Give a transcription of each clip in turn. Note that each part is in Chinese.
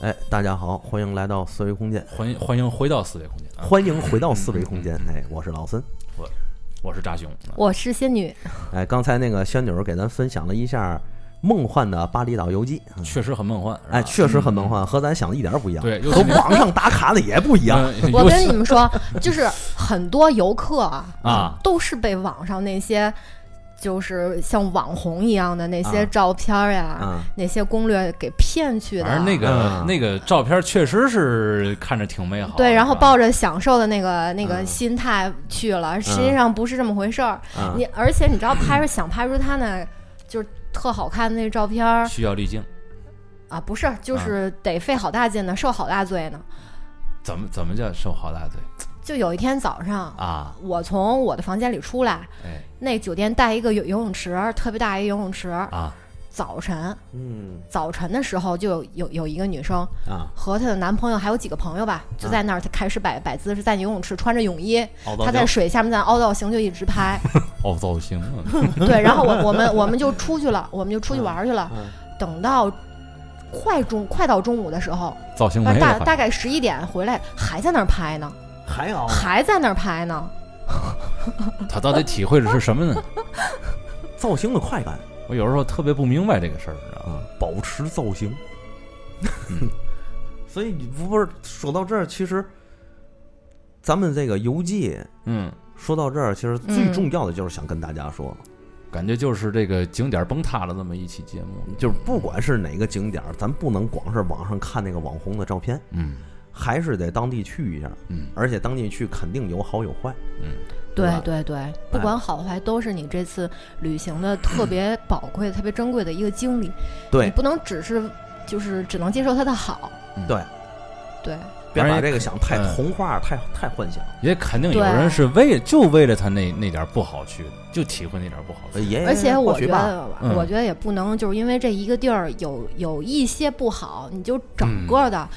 哎，大家好，欢迎来到四维空间，欢迎欢迎回到四维空间，啊，欢迎回到四维空 间。哎，我是老森。我是扎熊。啊我是仙女，哎，刚才那个仙女儿给咱分享了一下梦幻的巴厘岛游记，确实很梦幻，是吧哎，确实很梦幻，和咱想的一点儿不一样。对，尤和其那网上打卡的也不一样。嗯我尤跟其你们说， 就是很多游客啊，啊都是被网上那些就是像网红一样的那啊些照片呀、啊那些攻略给骗去的。反正那个嗯那个照片确实是看着挺美好的，对，然后是吧抱着享受的那个那个嗯心态去嗯了，实际上不是这么回事儿。啊你而且你知道拍出想拍出他那就是特好看的那照片儿需要滤镜，啊，不是，就是嗯得费好大劲呢，受好大罪呢。怎么怎么叫受好大罪就有一天早上，啊？我从我的房间里出来，哎那酒店带一个游游泳池，特别大一个游泳池。啊早晨，嗯早晨的时候就有有有一个女生啊，和她的男朋友还有几个朋友吧，就在那儿开始摆摆姿势，在游泳池穿着泳衣，嗯凹造她在型，水下面在凹造型就一直 拍。凹造型啊，对，然后我我们我们就出去了，我们就出去玩儿去了。嗯等到快中快到中午的时候，造型没了啊大快大概十一点回来，还在那儿拍呢，还有还在那儿拍呢。他到底体会的是什么呢？造型的快感我有时候特别不明白这个事儿，你知道吗？啊，保持造型嗯。 所以你不不是说到这儿，其实咱们这个游记嗯，说到这儿，其实最嗯重要的就是想跟大家说，感觉就是这个景点崩塌了这么一期节目，就是不管是哪个景点儿，咱不能光是网上看那个网红的照片，嗯还是得当地去一下，嗯而且当地去肯定有好有坏。嗯，对哎吧对对，不管好坏，都是你这次旅行的特别宝贵、特别珍贵的一个经历。你对不能只是就是只能接受它的好。嗯对，对，别而把且这个想太嗯童话，太太幻想，也肯定有对人是为就为了他那那点儿不好去的，就体会那点儿不好去呃。也而且我或许觉吧得，嗯我觉得也不能就是因为这一个地儿有有一些不好，你就整个的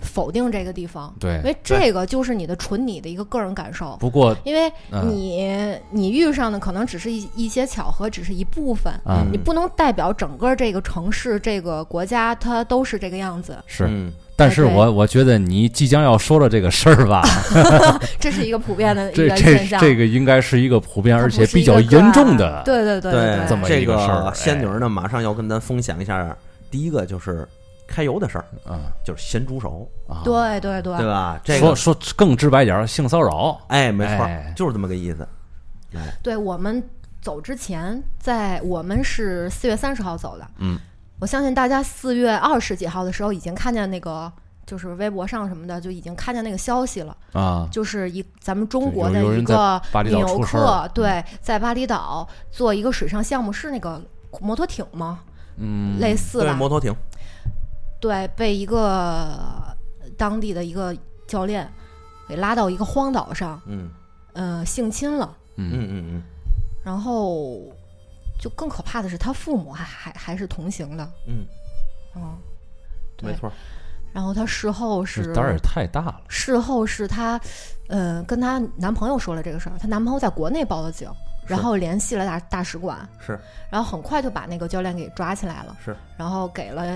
否定这个地方，嗯对，因为这个就是你的纯你的一个个人感受。不过因为嗯你你遇上的可能只是一一些巧合，只是一部分，嗯啊你不能代表整个这个城市、这个国家，它都是这个样子。是，嗯，但是对我我觉得你即将要说的这个事儿 吧，这是一个普遍的嗯一这个这现象，这个应该是一个普遍它而不且是一比个较个严案重的，对对对对，这么这一个事儿个哎仙女儿呢，马上要跟咱分享一下，第一个就是开油的事儿，嗯就是咸猪手，啊，对对对对吧？这说个说更直白点儿，性骚扰，哎，没错哎儿，就是这么个意思。哎，对我们走之前，在我们是四月三十号走的，嗯，我相信大家四月二十几号的时候已经看见那个。就是微博上什么的，就已经看见那个消息了。啊，就是一咱们中国对的有有一人个在巴厘岛游出事儿嗯客了，对，在巴厘岛做一个水上项目，是那个摩托艇吗？嗯，类似对，吧？摩托艇，对，被一个呃当地的一个教练给拉到一个荒岛上，嗯呃，性侵了。嗯嗯，嗯嗯，然后就更可怕的是，他父母还还还是同行的，嗯，嗯，对没错儿，然后她事后是这胆儿也太大了，事后是她，呃，跟她男朋友说了这个事儿，她男朋友在国内报的警，然是后联系了大大使馆，是然后很快就把那个教练给抓起来了，是，然后给了。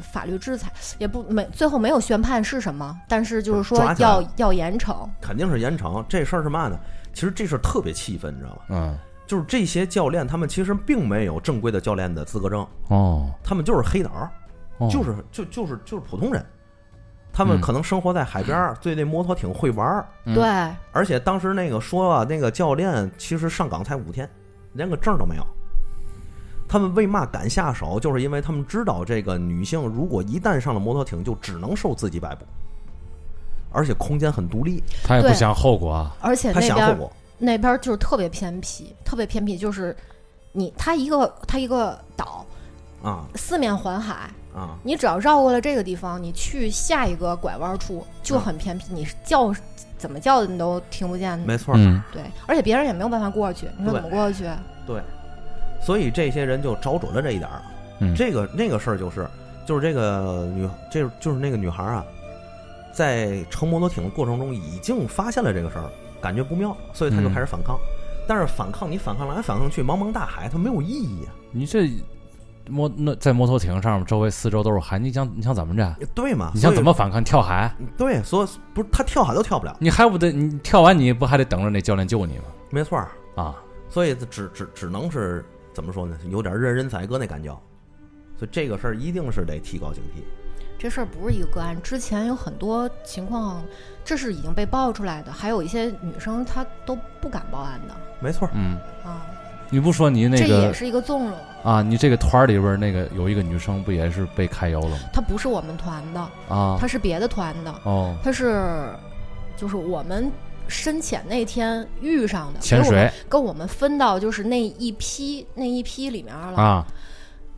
法律制裁也不没，最后没有宣判是什么，但是就是说抓起来要要严惩，肯定是严惩。这事儿是嘛呢？其实这事儿特别气愤，你知道吧？嗯，就是这些教练，他们其实并没有正规的教练的资格证，哦，他们就是黑导儿，哦就是就就是就是普通人，他们嗯可能生活在海边儿，对那摩托艇会玩儿，嗯对，而且当时那个说啊，那个教练其实上岗才五天，连个证儿都没有。他们为嘛敢下手？就是因为他们知道这个女性如果一旦上了摩托艇，就只能受自己摆布，而且空间很独立，他也不对想后果啊，而且她那想边后儿果。那边儿就是特别偏僻，特别偏僻，就是你它一个它一个岛，啊四面环海，啊，你只要绕过了这个地方，你去下一个拐弯处嗯就很偏僻，你叫怎么叫你都听不见，没错儿，嗯，对，而且别人也没有办法过去，你说对怎么过去？对，所以这些人就找准了这一点儿啊。嗯这个那个事儿就是，就是这个女，这就是那个女孩儿啊，在乘摩托艇的过程中已经发现了这个事儿，感觉不妙，所以她就嗯开始反抗。但是反抗你反抗来反抗去，茫茫大海它没有意义啊。你这摩那在摩托艇上面，周围四周都是海，你想你想怎么着？对嘛？你想所以怎么反抗？跳海？对？所以不是他跳海都跳不了，你还不得你跳完你不还得等着那教练救你吗？没错儿。啊，所以只只只能是怎么说呢？有点任人宰割那感觉。所以这个事儿一定是得提高警惕。这事儿不是一个个案，之前有很多情况，这是已经被爆出来的，还有一些女生她都不敢报案的没错儿，嗯，啊，你不说你那这也个是一个纵容。啊，你这个团儿里边儿那个有一个女生不也是被揩油了吗？她不是我们团的，啊，她是别的团的，哦，她是就是我们深潜那天遇上的，潜给我们水跟我们分到就是那一批那一批里面了。啊，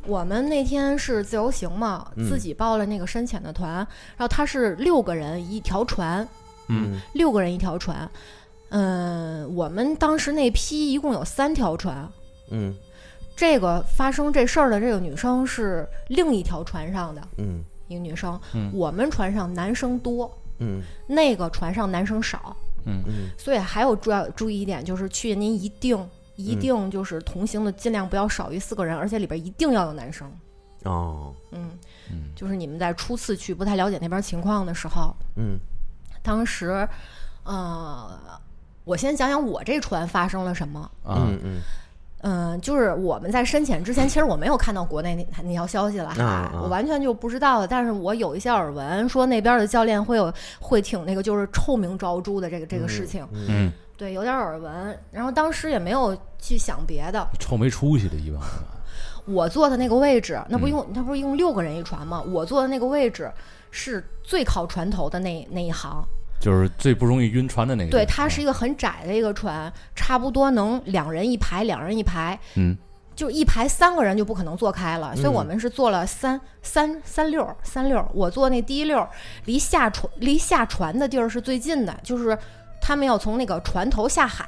我们那天是自由行嘛，嗯自己报了那个深潜的团，然后他是六个人一条船，嗯，六个人一条船。嗯，我们当时那批一共有三条船。嗯这个发生这事儿的这个女生是另一条船上的嗯一个女生，嗯我们船上男生多，嗯那个船上男生少，嗯所以还有注要注意一点，就是去您一定一嗯定就是同行的尽量不要少于四个人，而且里边一定要有男生。哦嗯嗯，就是你们在初次去不太了解那边情况的时候，嗯当时，呃，我先讲讲我这船发生了什么。啊，嗯嗯嗯、就是我们在深潜 之前，其实我没有看到国内那那条消息了，啊啊我完全就不知道的。但是我有一些耳闻，说那边的教练会有会挺那个，就是臭名昭著的这个这个事情。嗯，对，有点耳闻。然后当时也没有去想别的。臭没出息的一帮人我坐的那个位置，那不用，那不是一共六个人一船吗？我坐的那个位置是最靠船头的那那一行。就是最不容易晕船的那个。对，它是一个很窄的一个船，差不多能两人一排，两人一排，嗯，就一排三个人就不可能坐开了，所以我们是坐了三三三溜儿三溜儿。我坐那第一溜儿，离下船离下船的地儿是最近的，就是他们要从那个船头下海，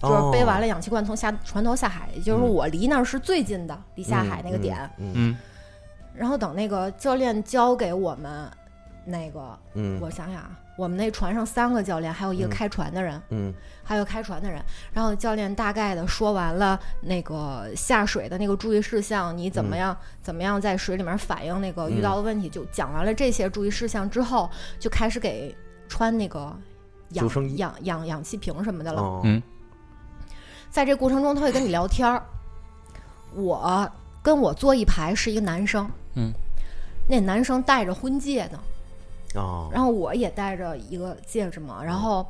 哦就是背完了氧气罐从下船头下海，也就是我离那儿是最近的，离下海那个点。嗯嗯然后等那个教练教给我们，那个嗯我想想啊，我们那船上三个教练，还有一个嗯开船的人。嗯还有开船的人。然后教练大概的说完了那个下水的那个注意事项，你嗯怎么样、怎么样在水里面反映那个遇到的问题，就讲完了这些注意事项之后，就开始给穿那个氧救生衣氧氧氧气瓶什么的了。哦嗯在这过程中，他会跟你聊天儿。我跟我坐一排是一个男生，嗯，那男生戴着婚戒呢。哦然后我也戴着一个戒指嘛，然后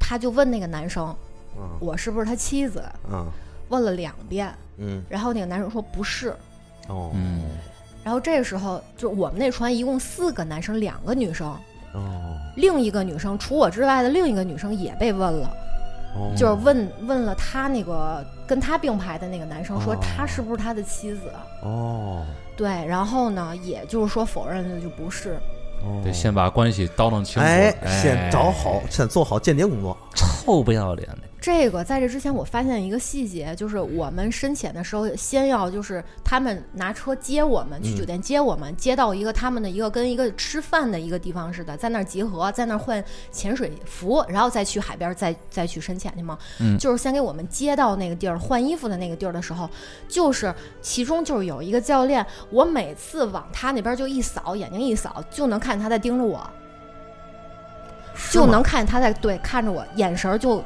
他就问那个男生嗯，我是不是他妻子？嗯问了两遍，嗯然后那个男生说不是。哦嗯然后这时候就我们那船一共四个男生，两个女生，哦另一个女生除我之外的另一个女生也被问了，哦就是问问了他那个跟他并排的那个男生说哦他是不是他的妻子？啊哦对，然后呢，也就是说否认了就不是。哦得先把关系叨弄清楚，哎哎，先找好，先做好间谍工作。臭不要脸的，这个在这之前，我发现一个细节，就是我们深潜的时候，先要就是他们拿车接我们去嗯酒店接我们，接到一个他们的一个跟一个吃饭的一个地方似的，在那儿集合，在那儿换潜水服，然后再去海边再再去深潜去嘛。嗯就是先给我们接到那个地儿换衣服的那个地儿的时候，就是其中就是有一个教练，我每次往他那边就一扫，眼睛一扫就能看见他在盯着我。是就吗能看见他在对看着我，眼神儿就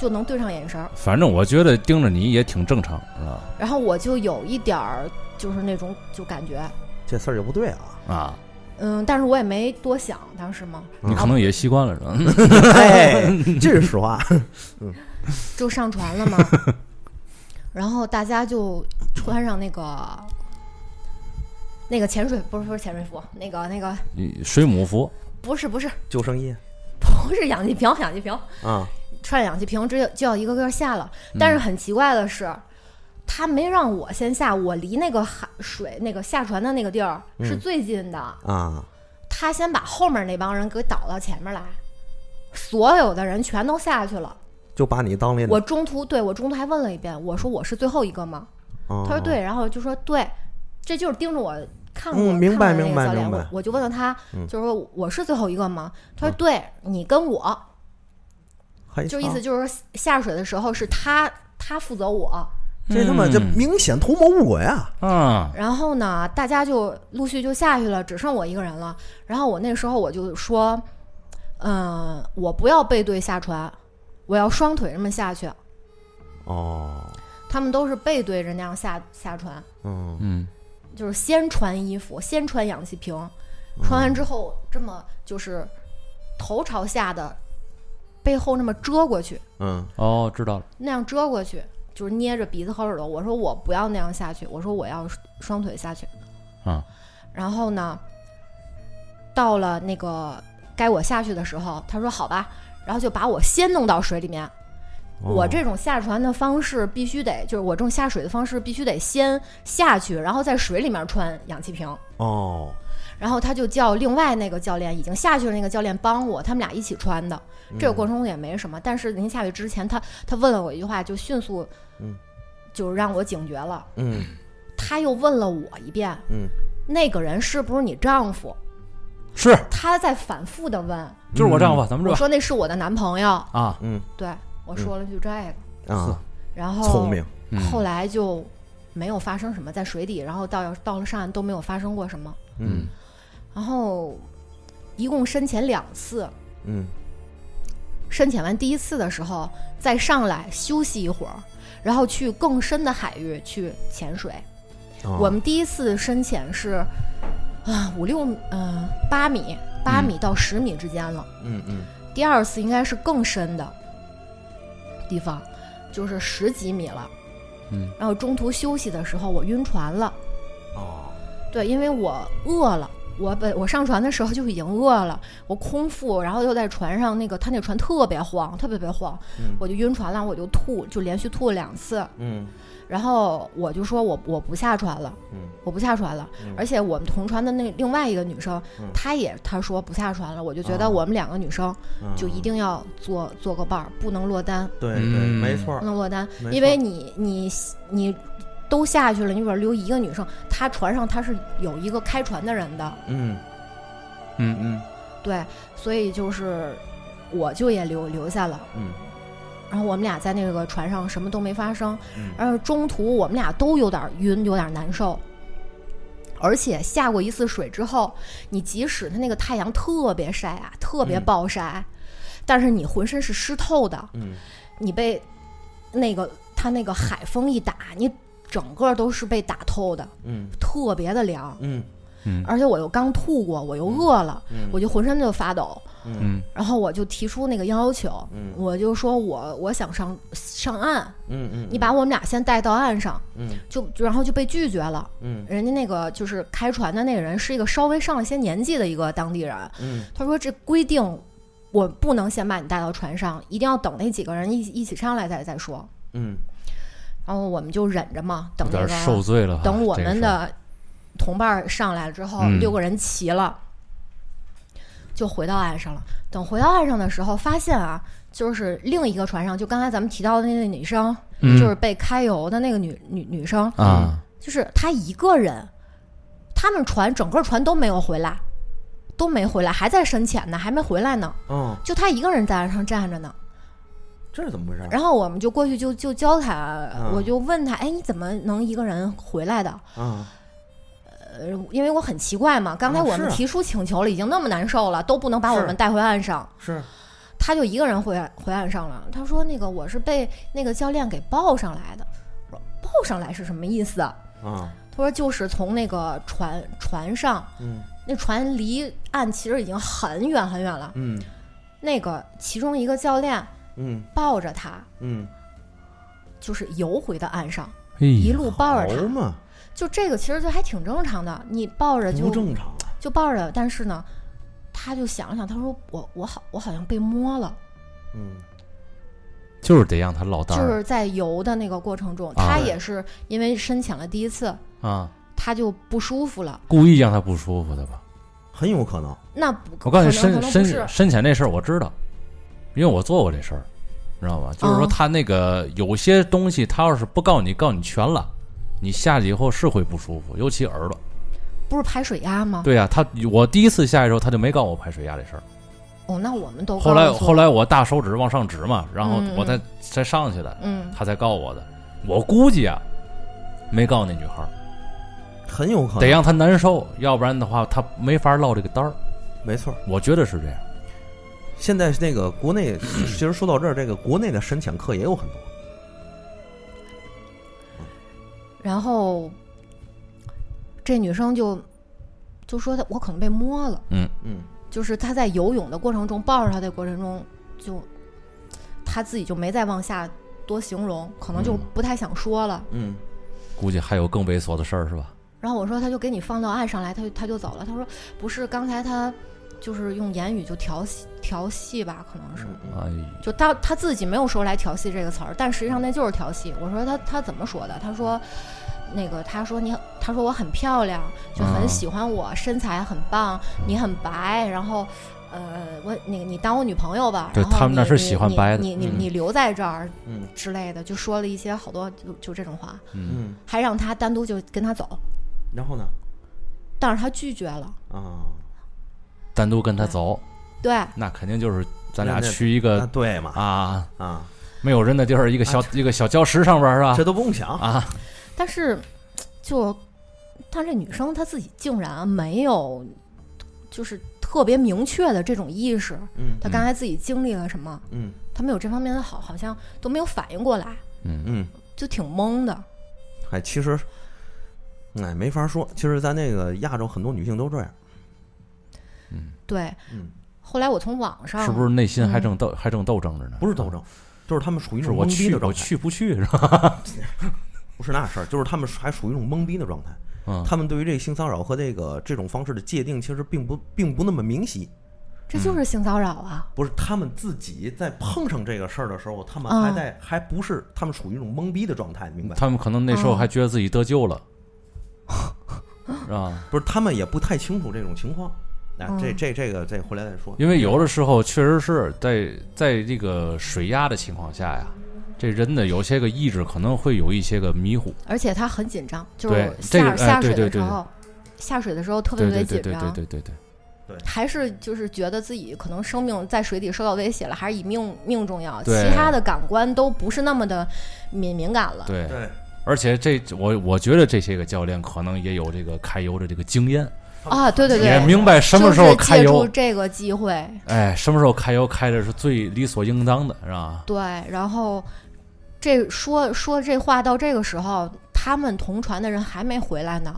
就能对上眼神儿，反正我觉得盯着你也挺正常，是吧？然后我就有一点儿就是那种就感觉，这事儿也不对啊！啊，嗯，但是我也没多想，当 时嘛，你可能也习惯了，是吧？哎，这是实话。就上船 了嘛，然后大家就穿上那个那个潜水不是不是潜水服，那个那个你水母服，不是不是救生衣不是氧气瓶氧气瓶，啊，穿氧气瓶直接就要一个个下了。嗯但是很奇怪的是，他没让我先下，我离那个海水那个下船的那个地儿嗯是最近的，啊，他先把后面那帮人给倒到前面来。所有的人全都下去了。就把你当那我中途对我中途还问了一遍，我说我是最后一个吗？他他说，对，然后就说对，这就是盯着我看嗯我、明白看我的那明个白教练，明白我我就问了他，嗯就是说我是最后一个吗？他说对，你跟我，还就意思就是说下水的时候是他他负责我，这他妈嗯这明显图谋不轨啊！啊，然后呢，大家就陆续就下去了，只剩我一个人了。然后我那时候我就说，嗯、我不要背对下船，我要双腿这么下去。哦，他们都是背对着那样下下船，嗯，嗯就是先穿衣服，先穿氧气瓶，穿完之后这么就是头朝下的，背后那么遮过去，嗯，哦，知道了，那样遮过去，就是捏着鼻子和耳朵。我说我不要那样下去，我说我要双腿下去。啊，然后呢，到了那个该我下去的时候，他说好吧，然后就把我先弄到水里面。哦我这种下船的方式必须得，就是我这种下水的方式必须得先下去，然后在水里面穿氧气瓶。哦，然后他就叫另外那个教练，已经下去了那个教练帮我，他们俩一起穿的。嗯这个过程中也没什么，但是您下去之前，他他问了我一句话，就迅速，嗯，就让我警觉了。嗯他又问了我一遍，嗯，那个人是不是你丈夫？是，啊他在反复的问，就是我丈夫，咱们我这说那是我的男朋友。啊，嗯对我说了句这个，啊，然后聪明，嗯后来就没有发生什么，在水底，然后到到了上岸都没有发生过什么。嗯然后一共深潜两次，嗯深潜完第一次的时候再上来休息一会儿，然后去更深的海域去潜水。啊我们第一次深潜是啊五六嗯八米八米到十米之间了，嗯嗯第二次应该是更深的地方，就是十几米了。嗯，然后中途休息的时候我晕船了，哦，对，因为我饿了。我本我上船的时候就已经饿了，我空腹，然后又在船上那个他那船特别晃，特别特别晃，嗯我就晕船了，我就吐，就连续吐了两次，嗯然后我就说我我不下船了，嗯我不下船了，嗯而且我们同船的那另外一个女生，嗯她也她说不下船了，我就觉啊得我们两个女生嗯就一定要做做个伴儿，不能落单，对对，嗯没错不儿，能落单，没因错为你你你都下去了，你比如留一个女生，她船上她是有一个开船的人的，嗯嗯嗯对，所以就是我就也留留下了，嗯然后我们俩在那个船上什么都没发生，嗯然后中途我们俩都有点晕，有点难受。而且下过一次水之后，你即使它那个太阳特别晒啊，特别嗯暴晒，但是你浑身是湿透的，嗯你被那个它那个海风一打，你整个都是被打透的，嗯特别的凉。嗯嗯而且我又刚吐过，我又饿了，嗯我就浑身就发抖。嗯然后我就提出那个要求，嗯我就说我我想上上岸，嗯嗯，你把我们俩先带到岸上，嗯就就然后就被拒绝了。嗯人家那个就是开船的那个人是一个稍微上了些年纪的一个当地人，嗯他说这规定我不能先把你带到船上，一定要等那几个人一起一起上来再再说。嗯然后我们就忍着嘛，等有那点受个罪了，等我啊这个们事儿的同伴儿上来之后，嗯六个人齐了，就回到岸上了。等回到岸上的时候，发现啊，就是另一个船上，就刚才咱们提到的那个女生，嗯就是被开油的那个女女女生，啊，就是他一个人，他们船整个船都没有回来，都没回来，还在深潜呢，还没回来呢，哦，就他一个人在岸上站着呢。这是怎么回事儿然后我们就过去就就教他嗯，我就问他，哎，你怎么能一个人回来的？啊？呃，因为我很奇怪嘛，刚才啊我是们啊提出请求了，已经那么难受了，都不能把我是们带回岸上，是他就一个人回回岸上了。他说那个我是被那个教练给抱上来的，我说抱上来是什么意思啊？啊，他说就是从那个船船上。嗯那船离岸其实已经很远很远了。嗯那个其中一个教练嗯抱着他，嗯，就是游回到岸上，一一路抱着好他。嘛，就这个其实就还挺正常的，你抱着不就正常啊，就抱着，但是呢，他就想了想，他说我我好我好像被摸了，嗯就是得让他落就单儿是在游的那个过程中，啊他也是因为深潜了第一次，啊，他就不舒服了。故意让他不舒服的吧。很有可能，那不我告诉你，可深能可能不是深深潜这事儿我知道，因为我做过这事儿，你知道吧？就是说哦他那个有些东西，他要是不告你，告你全了，你下去以后是会不舒服，尤其耳啊朵。不是排水压吗？对呀、他我第一次下去的时候，他就没告我排水压这事儿。哦，那我们都后来告诉后来我大手指往上指嘛，然后嗯我再再上去的，嗯他才告我的。我估计啊，没告那女孩儿，很有可得能，让她难受，要不然的话她没法落这个单儿。没错儿。我觉得是这样。现在那个国内，其实说到这儿，这个国内的深潜课也有很多，然后这女生就就说她我可能被摸了，嗯，就是她在游泳的过程中抱着她的过程中，就她自己就没再往下多形容，可能就嗯不太想说了。嗯，估计还有更猥琐的事儿是吧？然后我说他就给你放到岸上来，他就他就走了。他说不是，刚才他就是用言语就调戏调戏吧，可能是。嗯哎，就他他自己没有说来调戏这个词儿，但实际嗯上那就是调戏。我说他他怎么说的？他说，那个他说你他说我很漂亮，就很喜欢我，身材很棒，嗯你很白，然后。呃，我那个你当我女朋友吧，对然后他们那你是你喜欢白的你你你嗯你留在这儿嗯之类的，就说了一些好多就就这种话，嗯，嗯，还让他单独就跟他走，然后呢？但是他拒绝了，啊，单独跟她走，嗯对，那肯定就是咱那俩那去一那个对嘛，啊啊，没有人的地儿，一个小一个小礁石上边儿这是吧？都不用想，啊，但是就，但是女生她自己竟然没有，就是特别明确的这种意识，嗯她嗯刚才自己经历了什么，嗯她没有这方面的好，好像都没有反应过来，嗯，嗯，就挺懵的。哎，其实，哎，没法说，其实咱那个亚洲很多女性都这样，对，嗯，后来我从网上是不是内心还正斗还正斗争着呢？不是斗，争，就是他们属于一啊是种我懵逼去的状我态，去不去是吧？不是那事儿，就是他们还属于一种懵逼的状态，嗯，他们对于这个性骚扰和这个这种方式的界定，其实并不并不那么明晰。这嗯就是性骚扰啊？不是他们自己在碰上这个事儿的时候，他们啊还在、还不是他们属于一种懵逼的状态，明白？他们可能那时候还觉得自己得救 了，是吧？不是他们也不太清楚这种情况。哎，这嗯这这个这回来再说。啊因为有的时候确实是在在这个水压的情况下呀，这人的有些个意志可能会有一些个迷糊。而且她很紧张，就对是这个下哎下水对的对时对候，下水的时候特别对特别对紧对对对张。对对对，还是就是觉得自己可能生命在水底受到威胁了，还是以命命重要，其对他的感官都不是那么的敏敏感了。对，对，而且这我我觉得这些个教练可能也有这个开油的这个经验，啊，对对也对，明白什么时就候是开借助油，这个机会，哎，什么时候开油开的是最理所应当的，是吧？对，然后这说说这话到这个时候，他们同船的人还没回来呢。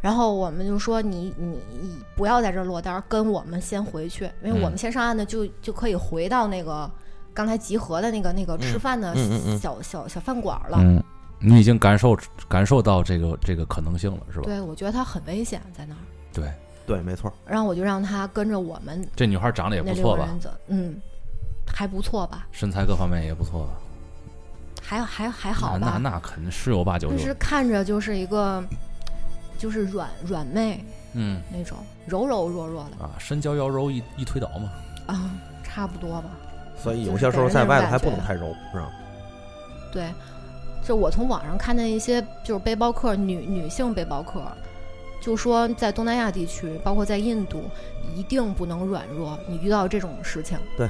然后我们就说你你你不要在这儿落单儿，跟我们先回去，因为嗯我们先上岸的就、就可以回到那个刚才集合的那个那个吃饭的小、嗯嗯嗯小小小饭馆了。嗯，你已经感受感受到这个这个可能性了，是吧？对，我觉得他很危险在那儿，对，对，没错。然后我就让他跟着我们这女孩长得也那不六错个吧？人走，嗯，还不错吧，身材各方面也不错吧？还还还好那吧，那那肯定十有八九就有。是看着就是一个就是软软妹嗯那种柔柔弱弱的啊，身娇腰柔一一推倒嘛。 啊，差不多吧，所以有些时候在外头还不能太柔，是吧？对。就我从网上看见一些就是背包客女女性背包客，就说在东南亚地区，包括在印度，一定不能软弱。你遇到这种事情，对，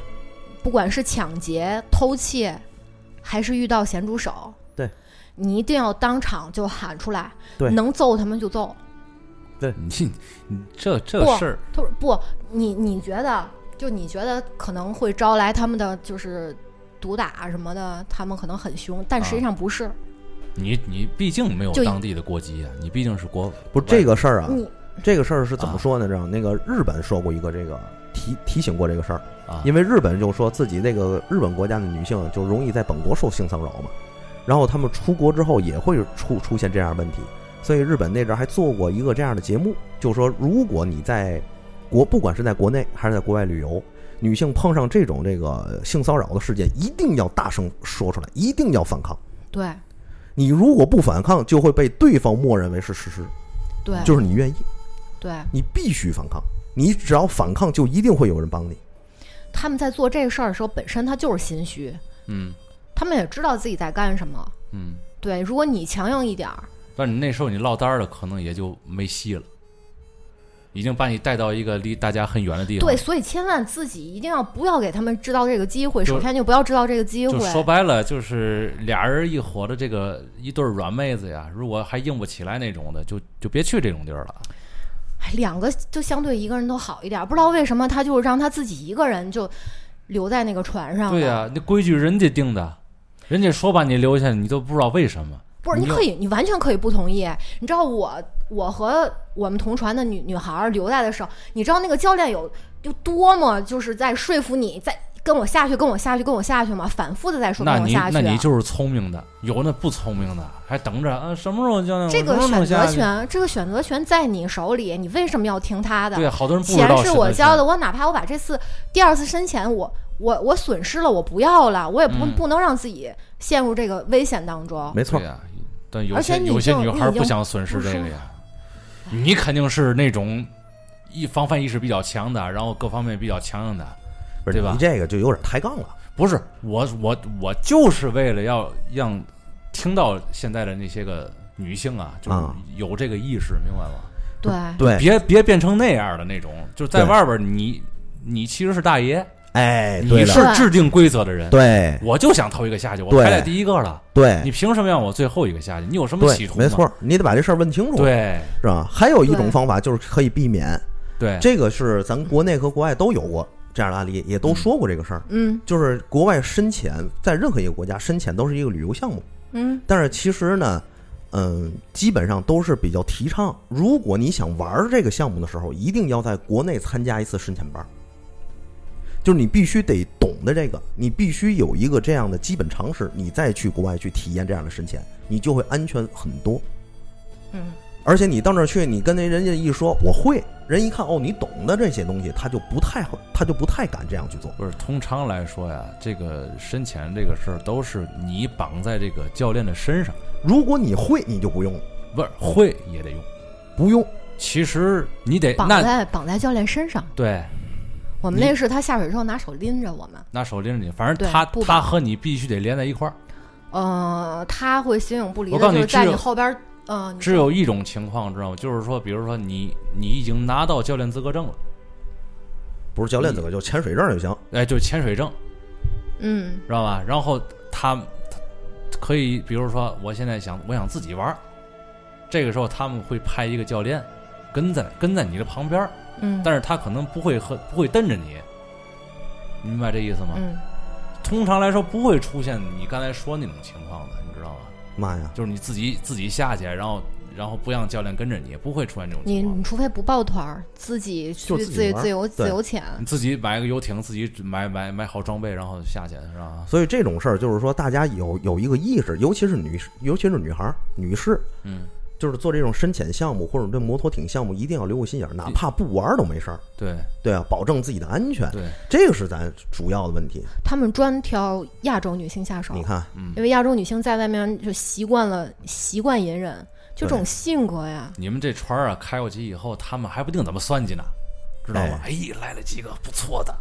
不管是抢劫、偷窃，还是遇到咸猪手，对，你一定要当场就喊出来，对能揍他们就揍。你你这这不事儿，他说不，你你觉得就你觉得可能会招来他们的就是毒打什么的，他们可能很凶，但啊实际上不是。你你毕竟没有就当地的国籍啊，你毕竟是国不是这个事儿啊，你这个事儿是怎么啊说呢？这样，那个日本说过一个这个提提醒过这个事儿，啊，因为日本就说自己那个日本国家的女性就容易在本国受性骚扰嘛，然后他们出国之后也会出出现这样的问题，所以日本那阵儿还做过一个这样的节目，就说如果你在国不管是在国内还是在国外旅游，女性碰上这种这个性骚扰的事件，一定要大声说出来，一定要反抗。对你如果不反抗，就会被对方默认为是事实，对就是你愿意，对，你必须反抗。你只要反抗，就一定会有人帮你。他们在做这事儿的时候，本身他就是心虚，嗯他们也知道自己在干什么。嗯，对，如果你强硬一点儿，但你那时候你落单儿了，可能也就没戏了。已经把你带到一个离大家很远的地方。对，，所以千万自己一定要不要给他们制造这个机会，就首先就不要制造这个机就会。说白了，就是俩人一伙的这个一对儿软妹子呀，如果还硬不起来那种的，就就别去这种地儿了。哎两个就相对一个人都好一点，不知道为什么他就是让他自己一个人就留在那个船上了。对呀、那规矩人家定的，人家说把你留下，你都不知道为什么。不是，你你要可以，你完全可以不同意。你知道我，我和我们同船的女女孩儿留在的时候，你知道那个教练有有多么就是在说服你，在跟我下去，跟我下去，跟我下去吗？反复的在说那跟我你下去。啊那你就是聪明的，有那不聪明的还等着啊？什么时候教练？这我个什么时候能选择下去？权，这个选择权在你手里，你为什么要听他的？对，好多人不知钱道是我选择交权的，，我哪怕我把这次第二次深潜，我我我损失了，我不要了，我也不、嗯不能让自己陷入这个危险当中。没错对，呀、但有而些且你有些就女你孩已不经想损失不这舒个呀，你肯定是那种一防范意识比较强的，然后各方面比较强硬的。不是对吧你这个就有点抬杠了。不是我，我我就是为了要让听到现在的那些个女性啊，就是啊有这个意识，明白吗？对，对，别别变成那样的那种，就是在对外边儿你你其实是大爷，哎，对你了，是制定规则的人。对我就想头一个下去，我对排在第一个了，你对凭什么让我最后一个下去？你有什么对，企图吗？没错，你得把这事儿问清楚，对是吧？还有一种对方法就是可以避免，对，这个是咱国内和国外都有过这样的案例，也都说过这个事儿。嗯就是国外深潜，在任何一个国家深潜都是一个旅游项目，嗯，但是其实呢，嗯，基本上都是比较提倡，如果你想玩这个项目的时候，一定要在国内参加一次深潜班儿，就是你必须得懂得这个，你必须有一个这样的基本常识，你再去国外去体验这样的深潜，你就会安全很多。嗯，而且你到那儿去，你跟那人家一说我会，人一看哦，你懂得这些东西，他就不太会，他就不太敢这样去做。不是，通常来说呀，这个深潜这个事儿都是你绑在这个教练的身上，如果你会，你就不用了，不是会也得用。不用。其实你得绑那在绑在教练身上，对我们你那是他下水之后拿手拎着我们，拿手拎着你，反正对他不他绑和你必须得连在一块儿。呃，他会形影不离我的，告诉就你是在只有你后边儿，嗯、只有一种情况知道吗？就是说，比如说你你已经拿到教练资格证了，不是教练资格，就潜水证就行。哎，就是潜水证，嗯，知道吧？然后他他可以，比如说我现在想我想自己玩儿，这个时候他们会派一个教练跟在跟在你的旁边儿。嗯但是他可能不会和不会瞪着你，你明白这意思吗？嗯，通常来说不会出现你刚才说那种情况的，你知道吗？妈呀，就是你自己自己下去，然后然后不让教练跟着你，不会出现这种你情况你。除非不抱团儿，自己去就自己自玩儿自由对自由潜，你自己买个游艇，自己买买买好装备，然后下去是吧？所以这种事儿就是说，大家有有一个意识，尤其是女，尤其是女孩儿、女士，嗯，就是做这种深潜项目或者这摩托艇项目，一定要留个心眼儿，哪怕不玩儿都没事儿。对对啊，保证自己的安全，对，这个是咱主要的问题。他们专挑亚洲女性下手你，看，嗯因为亚洲女性在外面就习惯了习惯隐忍，就这种性格呀，你们这船啊开过去以后，他们还不定怎么算计呢，知道吗？哎，来了几个不错的，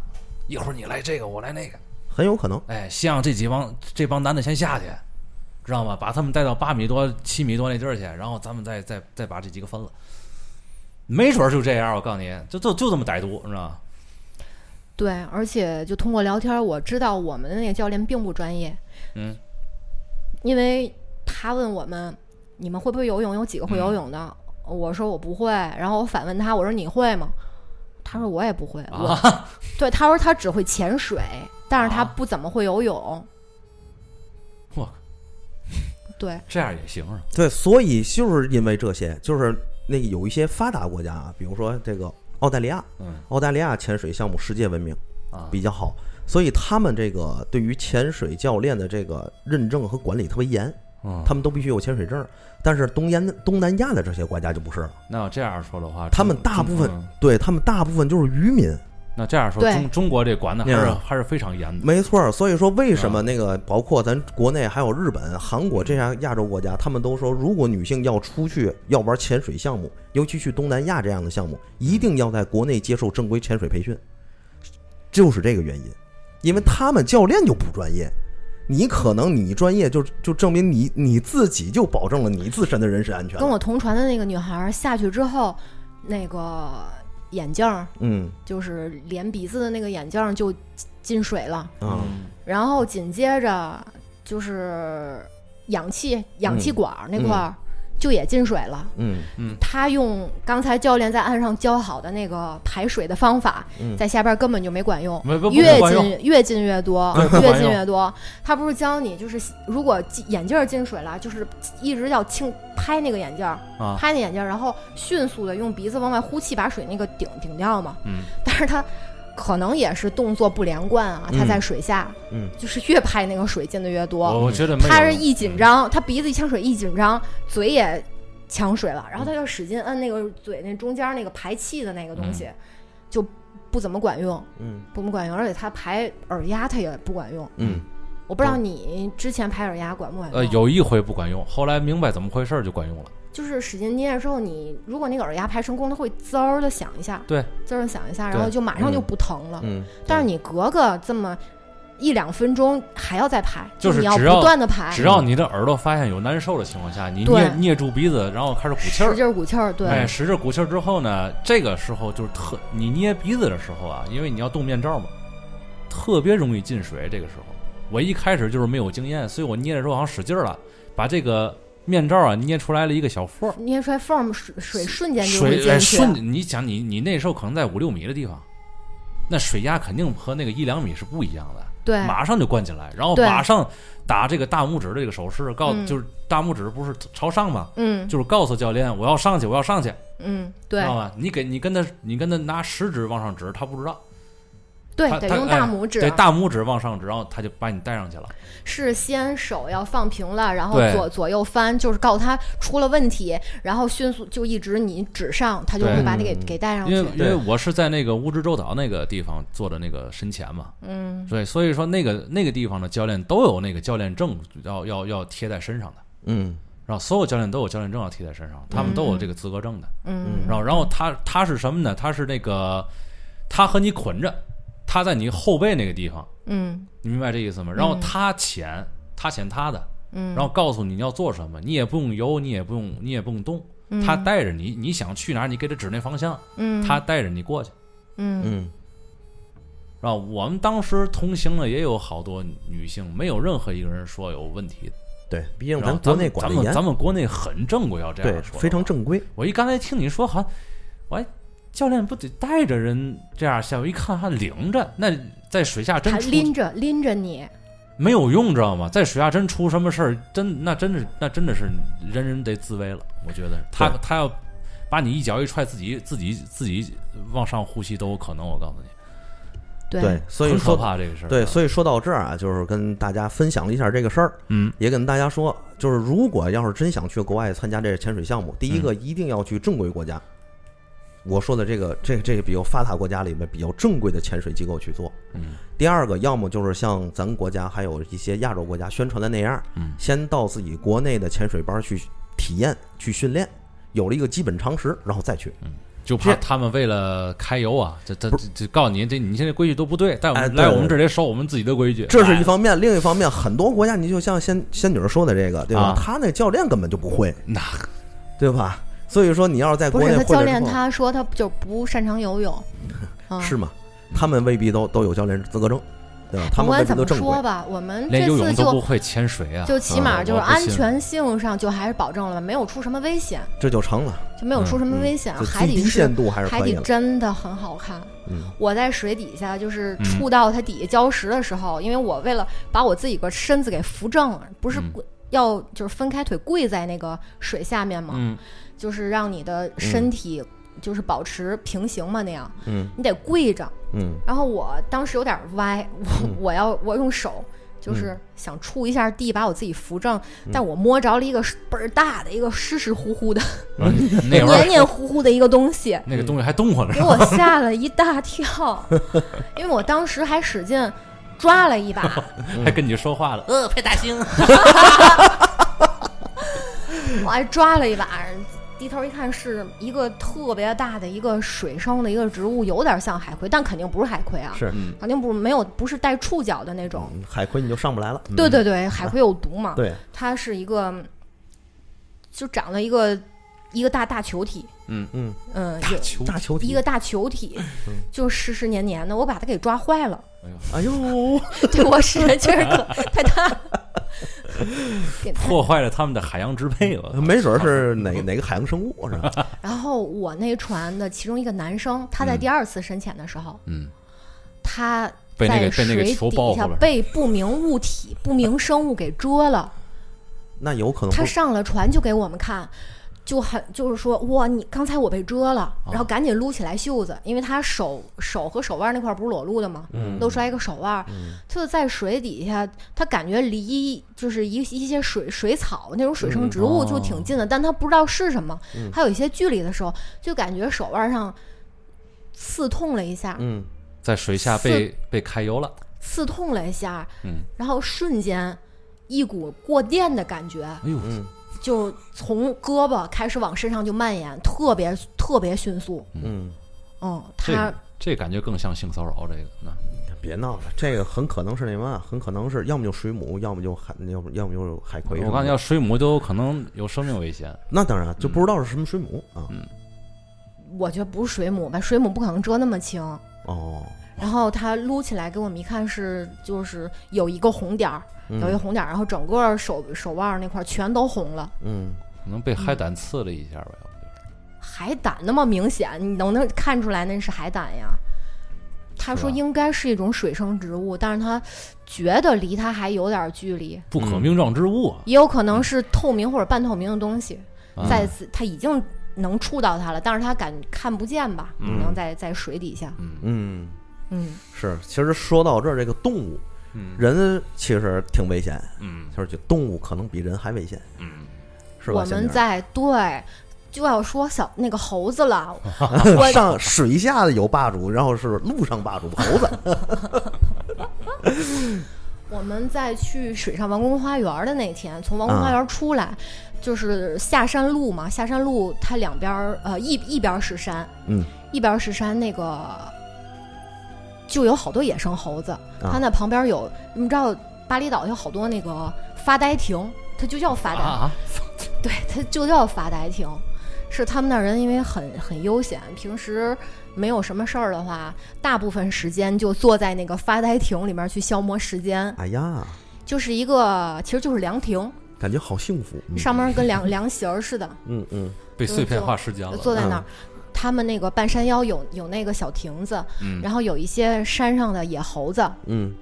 一会儿你来这个，我来那个。很有可能，哎，先让这几帮这帮男的先下去，知道吗？把他们带到八米多、七米多那地儿去，然后咱们再再再把这几个分了。没准儿就这样，我告诉你，就就就这么歹毒，你知道吗？对，而且就通过聊天儿，我知道我们的那个教练并不专业，嗯，因为他问我们你们会不会游泳，有几个会嗯游泳的，我说我不会，然后我反问他，我说你会吗？他说我也不会，我 啊，对他说他只会潜水，但是他啊不怎么会游泳，我对，这样也行是吧？对，所以就是因为这些，就是那个有一些发达国家啊，比如说这个澳大利亚，嗯澳大利亚潜水项目世界闻名啊，比较好，所以他们这个对于潜水教练的这个认证和管理特别严。嗯，他们都必须有潜水证儿。但是东沿东南亚的这些国家就不是了，那要这样说的话，他们中大部分嗯对他们大部分就是渔民，那这样说，对中中国这管的还是嗯还是非常严的。没错儿。所以说，为什么啊那个包括咱国内还有日本、韩国这样亚洲国家，他们都说，如果女性要出去要玩潜水项目，尤其去东南亚这样的项目，一定要在国内接受正规潜水培训，就是这个原因，因为他们教练就不专业。你可能你专业就就证明你你自己就保证了你自身的人身安全了。跟我同船的那个女孩儿下去之后，那个眼镜儿，嗯就是连鼻子的那个眼镜儿就进水了，啊嗯然后紧接着就是氧气氧气管儿那块儿就也进水了。嗯他用刚才教练在岸上教好的那个排水的方法，嗯在下边根本就没管用，没不不越管用进越进越多对不，管越用进越多。他不是教你，就是如果进眼镜儿进水了，就是一直要轻拍那个眼镜儿，啊，拍那眼镜儿，然后迅速的用鼻子往外呼气，把水那个顶顶掉嘛。嗯，但是他可能也是动作不连贯啊，嗯他在水下，嗯，就是越拍那个水进的越我多。我觉得没有他是一嗯紧张，他鼻子一呛水一紧张，嘴也呛水了，然嗯后他就使劲摁那个嘴那中间那个排气的那个东西，就不怎么管用，嗯不怎么管用，而且他排耳压他也不管用。嗯，我不知道你之前排耳压管不管用？哦呃，有一回不管用，后来明白怎么回事儿就管用了。就是使劲捏的时候，你如果那个耳压排成功，它会滋儿的响一下，对，滋儿地响一下，对然后就马上就嗯不疼啊了。嗯，但是你隔个这么一两分钟还要再排，就是你要只要不断的排，只要你的耳朵发现有难受的情况下，你哎对捏捏住鼻子，然后开始鼓气使儿。劲儿鼓气儿，对，哎，使劲鼓气儿之后呢，这个时候就是特你捏鼻子的时候啊，因为你要动面罩嘛，特别容易进水。这个时候，我一开始就是没有经验，所以我捏的时候好像使劲儿了，把这个面罩啊捏出来了一个小缝儿，捏出来缝儿，水水瞬间就会水哎进去，顺。你想你你那时候可能在五六米的地方，那水压肯定和那个一两米是不一样的。对，马上就灌进来，然后对马上打这个大拇指的这个手势，告嗯就是大拇指不是朝上嘛，嗯就是告诉教练我要上去，我要上去，嗯，知对道吧？你给你跟他你跟他拿食指往上指，他不知道，对他，得他用哎大拇指啊对，，大拇指往上指，然后他就把你带上去了。是先手要放平了，然后对左左右翻，就是告诉他出了问题，然后迅速就一直你指上，他就对会把你嗯给给带上因为去，因为我是在那个乌支洲岛那个地方做的那个深潜嘛，嗯，对，所以说那个那个地方的教练都有那个教练证要要要贴在身上的，嗯然后所有教练都有教练证要贴在身上，他们都有这个资格证的。嗯然后然后它它是什么呢？它是那个，它和你捆着，它在你后背那个地方，嗯你明白这意思吗？然后它潜，它潜它的，嗯然后告诉你要做什么，你也不用游，你也不用你也不用动，它带着你，你想去哪儿，你给它指那方向，嗯它带着你过去。嗯嗯然后我们当时同行的也有好多女性，没有任何一个人说有问题。对，毕竟然后咱国内咱管们得严咱，们国内很正规，要这样对，说的非常话正规。我一刚才听你说，好像，喂，教练不得带着人这样下？我一看还领着，那在水下真还出拎着拎着你，没有用，知道吗？在水下真出什么事儿，真那真是那真的是人人得自危了。我觉得他对他要把你一脚一踹，自己自己自己往上呼吸都有可能。我告诉你，对，，所以很可说怕这个事儿。啊对，所以说到这儿啊，就是跟大家分享了一下这个事儿，嗯，也跟大家说，就是如果要是真想去国外参加这个潜水项目，第一嗯个一定要去正规国家。我说的这个，这这个比较发达国家里面比较正规的潜水机构去做。嗯，第二个，要么就是像咱们国家还有一些亚洲国家宣传的那样，嗯先到自己国内的潜水班去体验、去训练，有了一个基本常识，然后再去。就怕他们为了揩油啊，这这这这告诉你，这你现在规矩都不对，带我们、哎对来对我们这里守我们自己的规矩。这是哎一方面，另一方面，很多国家你就像仙仙女儿说的这个，对吧啊？他那教练根本就不会，那对吧？所以说你要是在不国内是他会教了练，之后他说他就不擅长 游泳，嗯、是吗？他们未必都都有教练资格证，对吧？他不们未管必怎都么正规说。吧，我们哎连这游次泳都不就会潜水啊，就起码就嗯是我不安信全性上就还是保证了吧，没有出什么危险，这就成了，就没有出什么嗯危险。就海最低底是限度还是海可以底了。真的很好看。嗯我在水底下就是嗯触到它底下礁石的时候，因为我为了把我自己个身子给扶正了，不是嗯跪要就是分开腿跪在那个水下面嘛，嗯，就是让你的身体就是保持平行嘛那样，嗯你得跪着。嗯然后我当时有点歪，我嗯 我要我用手就是想触一下地，把我自己扶正，嗯但我摸着了一个倍儿大的一个湿湿乎乎的、 那会黏儿黏糊糊的一个 东西，那个东西还动活着给。我吓了一 大跳，因为我当时还使劲抓了一把，还跟你说话了，嗯呃，派大星，我还抓了一把，低头一看是一个特别大的一个水生的一个植物，有点像海葵，但肯定不是海葵啊，是嗯肯定不是没有不是带触角的那种。嗯海葵你就上不来了。嗯嗯对对对，海葵有毒嘛？对，它是一个，就长了一个一个大大球体，嗯嗯嗯，大有球，嗯大球体一个大球体，就湿湿黏黏的，我把它给抓坏了， 哎呦，对我使的劲儿可太大了， 给它破坏了他们的海洋支配了。没准儿是哪哪个海洋生物是 吧？然后我那船的其中一个男生，他在第二次深潜的时候，嗯，他被那个在被那个水球底包下住了 被不明物体、不明生物给蛰了。那有可能嗯他不上了船就给我们看，就很就是说，哇，你刚才我被蛰啊了，然后赶紧撸起来袖子，因为他手手和手腕那块儿不是裸露的吗？嗯露出来一个手腕，他就在水底下，他感觉离就是一一些水水草那种水生植物哦嗯就挺近的，但他不知道是什么，还有一些距离的时候，就感觉手腕上刺痛了一下，嗯，在水下被被揩油了。刺痛了一下，嗯然后瞬间一股过电的感觉，哎呦，就从胳膊开始往身上就蔓延，特别特别迅速。嗯，嗯，他这这感觉更像性骚扰这个。那别闹了，这个很可能是那嘛，很可能是要么就水母，要么就海，要么要么就是海葵什么的。我感觉要水母都有可能有生命危险。那当然就不知道是什么水母啊。我觉得不是水母吧，水母不可能遮那么轻。哦，然后他撸起来给我们一看是就是有一个红点儿，嗯嗯有一个红点儿，然后整个手手腕儿那块儿全都红了。嗯，可能被海胆刺了一下吧，要不就是海胆那么明显，你能能看出来那是海胆呀？他是说吧应该是一种水生植物，但是他觉得离他还有点距离，不可名状之物啊。也有可能是透明或者半透明的东西，嗯啊在此他已经能触到它了，但是他感看不见吧？可能在在水底下。嗯，嗯，是。其实说到这儿，这个动物，人其实挺危险，嗯就是就动物可能比人还危险，嗯，是吧？我仙们女儿在对就要说小那个猴子了， 我上水下的有霸主，然后是陆上霸主猴子。我们在去水上王宫花园的那天，从王宫花园出来，就是下山路嘛，下山路它两边儿呃一一边儿是山，嗯，一边儿是山那个。就有好多野生猴子，它那旁边有，你知道巴厘岛有好多那个发呆亭，它就叫发呆，啊，对，它就叫发呆亭，是他们那儿人因为很很悠闲，平时没有什么事儿的话，大部分时间就坐在那个发呆亭里面去消磨时间，哎呀，就是一个其实就是凉亭，感觉好幸福。嗯上面跟凉 凉席儿似的，嗯嗯被碎片化尸僵了。坐在那儿。他们那个半山腰有有那个小亭子，嗯然后有一些山上的野猴子嗯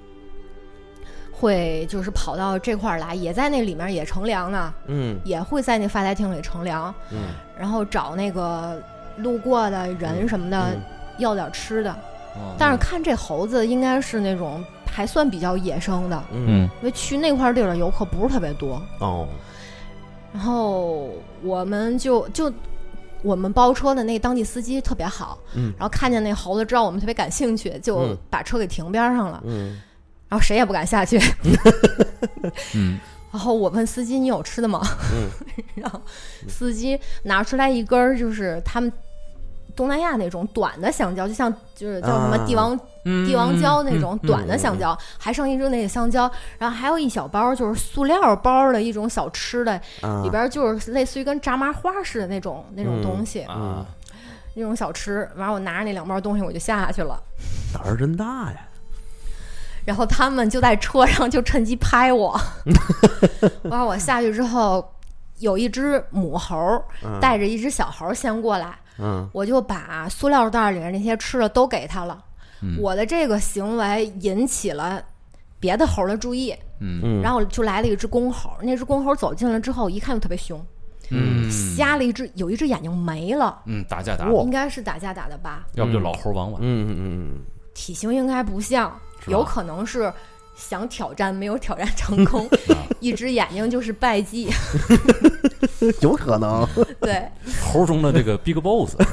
会就是跑到这块儿来，也在那里面也乘凉呢，嗯也会在那发呆亭里乘凉。嗯然后找那个路过的人什么的、嗯要点吃的。哦但是看这猴子应该是那种还算比较野生的，嗯嗯因为去那块地儿的游客不是特别多。哦，然后我们就就我们包车的那当地司机特别好，嗯然后看见那猴子知道我们特别感兴趣，就嗯把车给停边上了，嗯然后谁也不敢下去。 嗯，然后我问司机：“你有吃的吗？”嗯 然后司机拿出来一根儿，就是他们东南亚那种短的香蕉，就像就是叫什么啊帝王、嗯帝王蕉那嗯种嗯短的香蕉，还剩一只那个香蕉，然后还有一小包就是塑料包的一种小吃的，啊里边就是类似于跟炸麻花似的那种那种东西，啊，那种小吃。完了，我拿着那两包东西我就下去了，胆儿真大呀！然后他们就在车上就趁机拍我。完了，我下去之后，有一只母猴儿带着一只小猴儿先过来，嗯我就把塑料袋里面那些吃的都给他了。我的这个行为引起了别的猴儿的注意，嗯然后就来了一只公猴儿。那只公猴儿走近了之后，一看就特别凶，嗯瞎了一只，有一只眼睛没了，嗯，打架打哇架，哦应该是打架打的吧，要不就老猴王吧。嗯嗯体型应该不像，是吧有可能是。想挑战没有挑战 成功，啊一只眼睛就是败绩。嗯，有可能。对，猴中的这个 Big Boss，嗯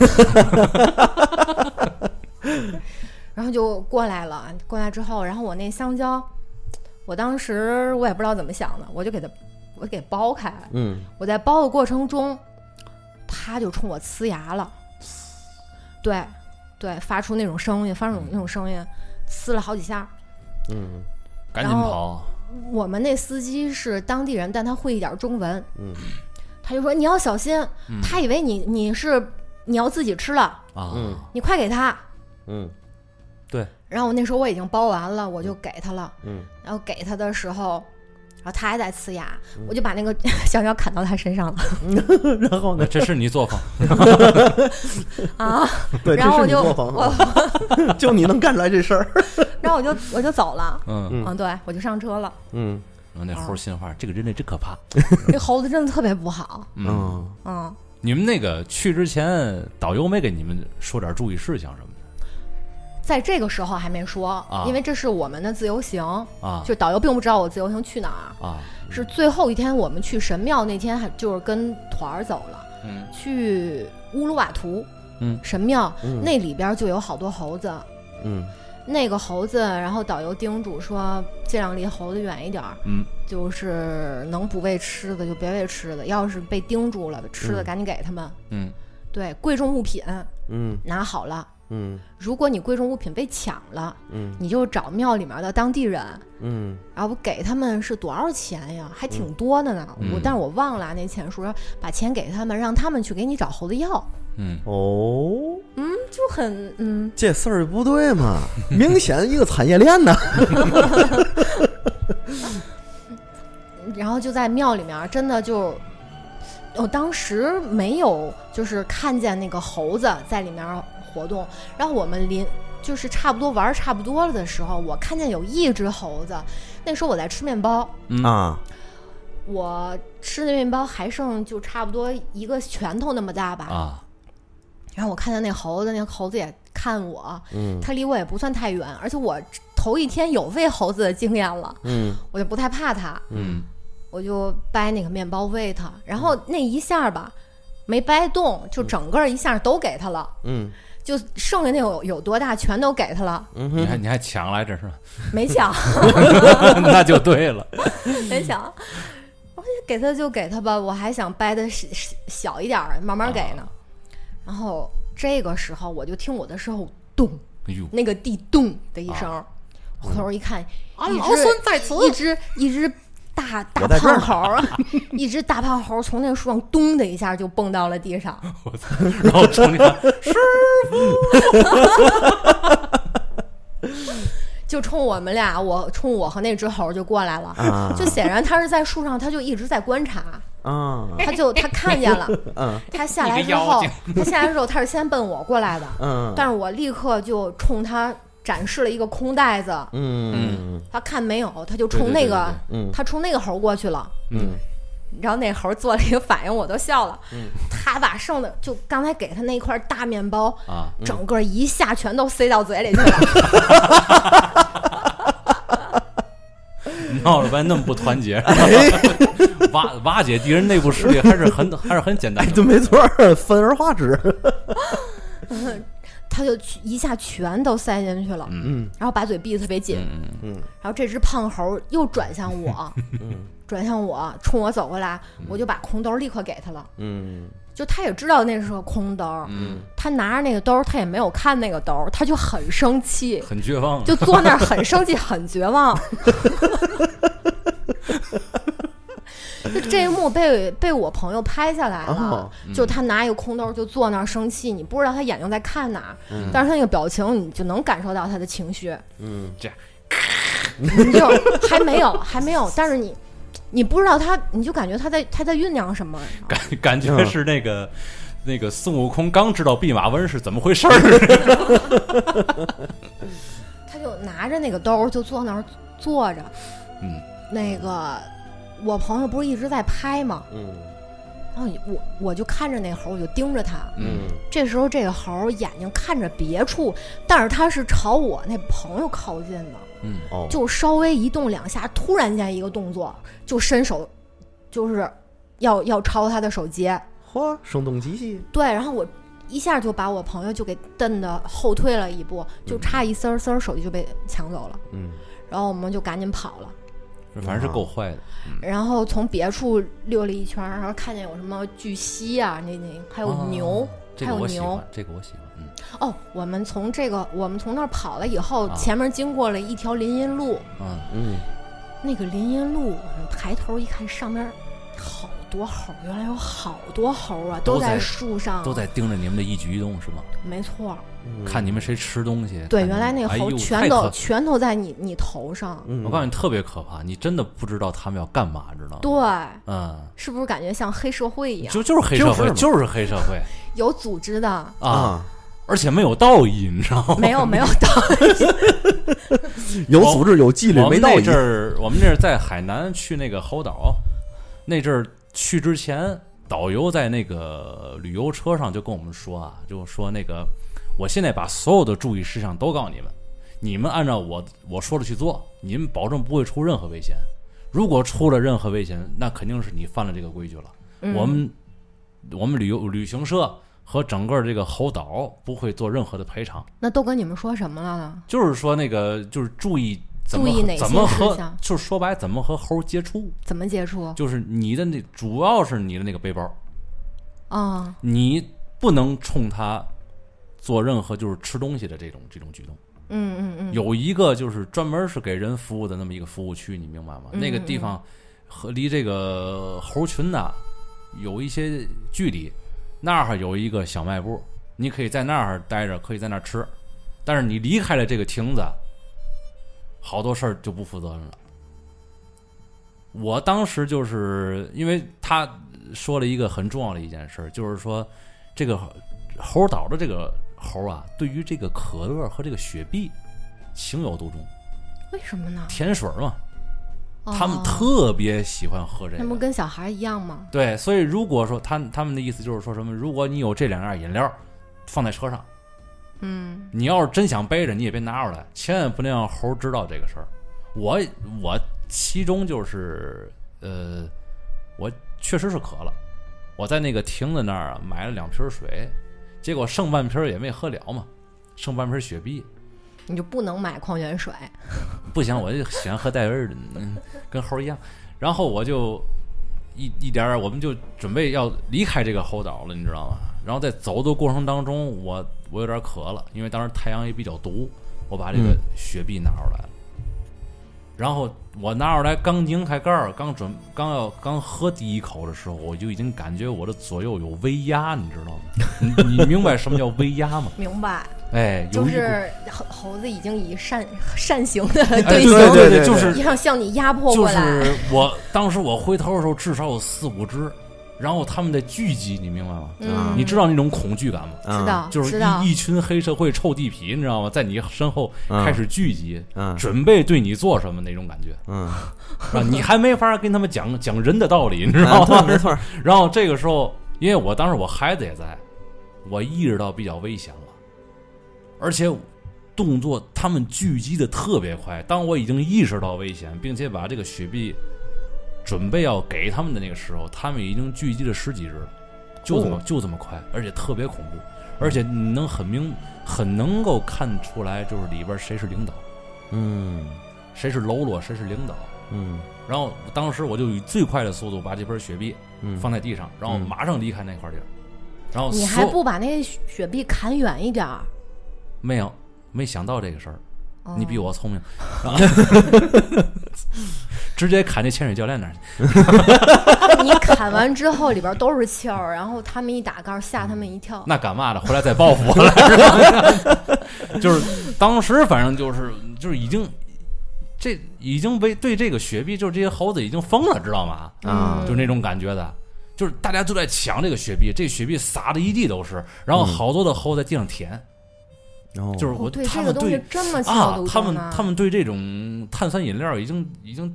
然后就过来了，过来之后，然后我那香蕉，我当时我也不知道怎么想的，我就给它，我给剥开，嗯我在剥的过程中，它就冲我呲牙了，对，对，发出那种声音，发出嗯那种声音，呲了好几下。嗯赶紧跑！啊我们那司机是当地人，但他会一点中文，嗯，他就说你要小心，嗯他以为你你是你要自己吃了，啊，嗯你快给他。嗯对，然后我那时候我已经包完了，我就给他了。嗯，然后给他的时候，然后他还在呲牙，嗯我就把那个 香蕉砍到他身上了 然后 那呢？这是你作风，啊！对，这然后是我你啊就作我风，就你能干出来这事儿。 然后我就我就走了。嗯，嗯嗯，对，我就上车了。嗯然后那猴儿心话，这个人类真可怕，这猴子真的特别不好，嗯，嗯，你们那个去之前，导游没给你们说点注意事项什么在这个时候还没说，啊因为这是我们的自由行，的啊？就导游并不知道我自由行去哪儿。啊，是最后一天，我们去神庙那天，还就是跟团儿走了，嗯去乌鲁瓦图，嗯，神庙、嗯那里边就有好多猴子，嗯那个猴子，然后导游叮嘱说，尽量离猴子远一点儿，嗯就是能不喂吃的就别喂吃的，要是被叮住了吃嗯的赶紧给他们。嗯对，贵重物品嗯拿好了，嗯如果你贵重物品被抢了，嗯你就找庙里面的当地人，嗯然后啊给他们是多少钱呀？还挺多的呢，嗯我但是我忘了啊那钱数，说把钱给他们，让他们去给你找猴子要，嗯，哦，就很嗯，这事儿不对嘛，明显一个产业链呢。然后就在庙里面，真的就。我当时没有，就是看见那个猴子在里面活动。然后我们临就是差不多玩儿差不多了的时候，我看见有一只猴子。那时候我在吃面包， 啊，我吃的面包还剩就差不多一个拳头那么大吧。啊，然后我看见那猴子，那猴子也看我，嗯它离我也不算太远，而且我头一天有喂猴子的经验了，嗯我就不太怕它，嗯我就掰那个面包喂它，然后那一下吧，没掰动，就整个一下都给它了，嗯就剩下那有有多大全都给它了，嗯你哼，还你还抢来着是吧？ 没抢，那就对了，没抢。我就给它就给它吧，我还想掰的小一点儿，慢慢给呢。然后这个时候我就听我的时候咚哎呦，那个地咚的一声，我回头一看，啊，老孙在此，一只一只大大我在这儿胖呢猴儿，啊 一只大胖猴儿从那树上咚的一下就蹦到了地上，然后冲你喊就冲我们俩，我冲我和那只猴儿就过来了，啊就显然他是在树上，他就一直在观察，啊，他就他看见了， 嗯他下来你个之妖后精，他下来之后他是先奔我过来的，嗯，但是我立刻就冲他展示了一个空袋子，嗯他看没有，他就对冲对那对个对对嗯他冲那个猴儿过去了。嗯然后那猴儿做了一个反应，我都笑了。他把剩的就刚才给他那块大面包，啊，整个一下全都塞到嘴里去了。闹了半天那么不团结，瓦瓦解敌人内部势力还是很还是很简单哎，的对，没错儿，分而化之。他就去一下全都塞进去了，嗯然后把嘴闭得特别紧。嗯嗯然后这只胖猴儿又转向我，转向我，冲我走过来，我就把空兜儿立刻给他了。嗯就他也知道那是个空兜儿，嗯，他拿着那个兜儿，他也没有看那个兜儿，他就很生气，很绝望，啊就坐那儿很生气，很绝望。就这一幕被被我朋友拍下来了哦，就他拿一个空兜就坐那儿生气，你不知道他眼睛在看哪儿，但是他那个表情你就能感受到他的情绪，嗯这样你就还没有还没有，但是你你不知道他，你就感觉他在他在酝酿什么，感感觉是那个那个孙悟空刚知道弼马温是怎么回事儿，他就拿着那个兜儿就坐那儿坐着，嗯，那个我朋友不是一直在拍吗？嗯然后我我就看着那猴儿，我就盯着他。嗯这时候这个猴儿眼睛看着别处，但是他是朝我那朋友靠近的，嗯哦，就稍微一动两下，突然间一个动作就伸手，就是要要抄他的手机。嚯，声东击西。对，然后我一下就把我朋友就给蹬的后退了一步，就差嗯一丝儿丝儿手机就被抢走了。嗯然后我们就赶紧跑了，反正是够坏的，然后从别处溜了一圈儿，然后看见有什么巨蜥啊，那那还有牛，啊这还个有我喜牛欢，，这个我喜欢，嗯哦，我们从这个，我们从那儿跑了以后，啊前面经过了一条林荫路，嗯嗯那个林荫路，我们抬头一看，上面好多猴，原来有好多猴啊，都在在树上，都在盯着你们的一举一动是吗？没错儿。看你们谁吃东西。看你对，原们来那哎猴呦全太都可全都在你你头上，嗯，我告诉你特别可怕，你真的不知道他们要干嘛，知道吗？对，嗯，是不是感觉像黑社会一样，就就是黑社就是会，嘛就是黑社会有组织的？啊，啊，而且没有道义，你知道吗？没有没有 到，有组织有纪律我没们道那义阵儿，我们那阵儿在海南去那个猴岛，那阵儿去之前，导游在那个旅游车上就跟我们说啊，就说那个，我现在把所有的注意事项都告诉你们，你们按照我我说的去做，你们保证不会出任何危险。如果出了任何危险，那肯定是你犯了这个规矩了。嗯我们我们旅游旅行社和整个这个猴岛不会做任何的赔偿。那都跟你们说什么了呢？就是说那个就是注意怎么注意哪些怎么事和项，就是说白怎么和猴接触，怎么接触？就是你的那主要是你的那个背包，啊，你不能冲它做任何就是吃东西的这种这种举动。嗯嗯嗯，有一个就是专门是给人服务的那么一个服务区，你明白吗？那个地方和离这个猴群呐、有一些距离，那儿有一个小卖部，你可以在那儿待着，可以在那儿吃，但是你离开了这个亭子，好多事儿就不负责任了。我当时就是因为他说了一个很重要的一件事儿，就是说这个猴岛的这个猴啊，对于这个可乐和这个雪碧情有独钟，为什么呢？甜水儿嘛，哦他们特别喜欢喝这那不个。跟小孩一样吗？对，所以如果说他他们的意思就是说什么，如果你有这两样饮料放在车上，嗯，你要是真想背着，你也别拿出来，千万不能让猴知道这个事儿。我我其中就是呃，我确实是渴了，我在那个亭子那儿啊买了两瓶水，结果剩半瓶儿也没喝了嘛，剩半瓶雪碧，你就不能买矿泉水，不行，我就喜欢喝带味儿的，嗯，跟猴儿一样。然后我就一一点儿，我们就准备要离开这个猴岛了，你知道吗？然后在走的过程当中，我我有点渴了，因为当时太阳也比较毒，我把这个嗯雪碧拿出来了。然后我拿出来刚拧开盖儿，刚准刚要刚喝第一口的时候，我就已经感觉我的左右有微压，你知道吗？你你明白什么叫微压吗？明白？哎，有 就一股是猴猴子已经以善善行的哎对形，对对对就是要向你压迫就过来。是我当时我回头的时候，至少有四五只，然后他们在聚集，你明白吗？嗯，你知道那种恐惧感吗？啊知道，嗯就是知道一一群黑社会臭地痞，你知道吗？在你身后嗯开始聚集，嗯准备对你做什么那种感觉，嗯， 啊，你还没法跟他们讲讲人的道理，你知啊道对吗？没错， 然后这个时候，因为我当时我孩子也在，我意识到比较危险了，而且动作他们聚集的特别快。当我已经意识到危险，并且把这个雪碧准备要给他们的那个时候，他们已经聚集了十几只了，就这么、哦就这么快，而且特别恐怖，而且你能很明很能够看出来，就是里边谁是领导，嗯谁是喽啰，谁是领导。嗯然后当时我就以最快的速度把这瓶雪碧嗯，放在地上，然后马上离开那块地儿。然后你所还不把那雪雪碧砍远一点儿？ 没有没想到这个事儿，哦你比我聪 明， 直接砍那潜水教练那儿去。你砍完之后里边都是气儿，然后他们一打盖吓他们一跳。那干嘛的？回来再报复我来着。 就是当时反正就是就是已经这已经被对这个雪碧就是这些猴子已经疯了，知道吗？嗯啊就是那种感觉的。就是大家都在抢这个雪碧，这雪碧撒的一地都是，然嗯后好多的猴子在地上舔，然后就是哦我、对他这们个东西这么情有啊独，他钟们呢他们对这种碳酸饮料已经已经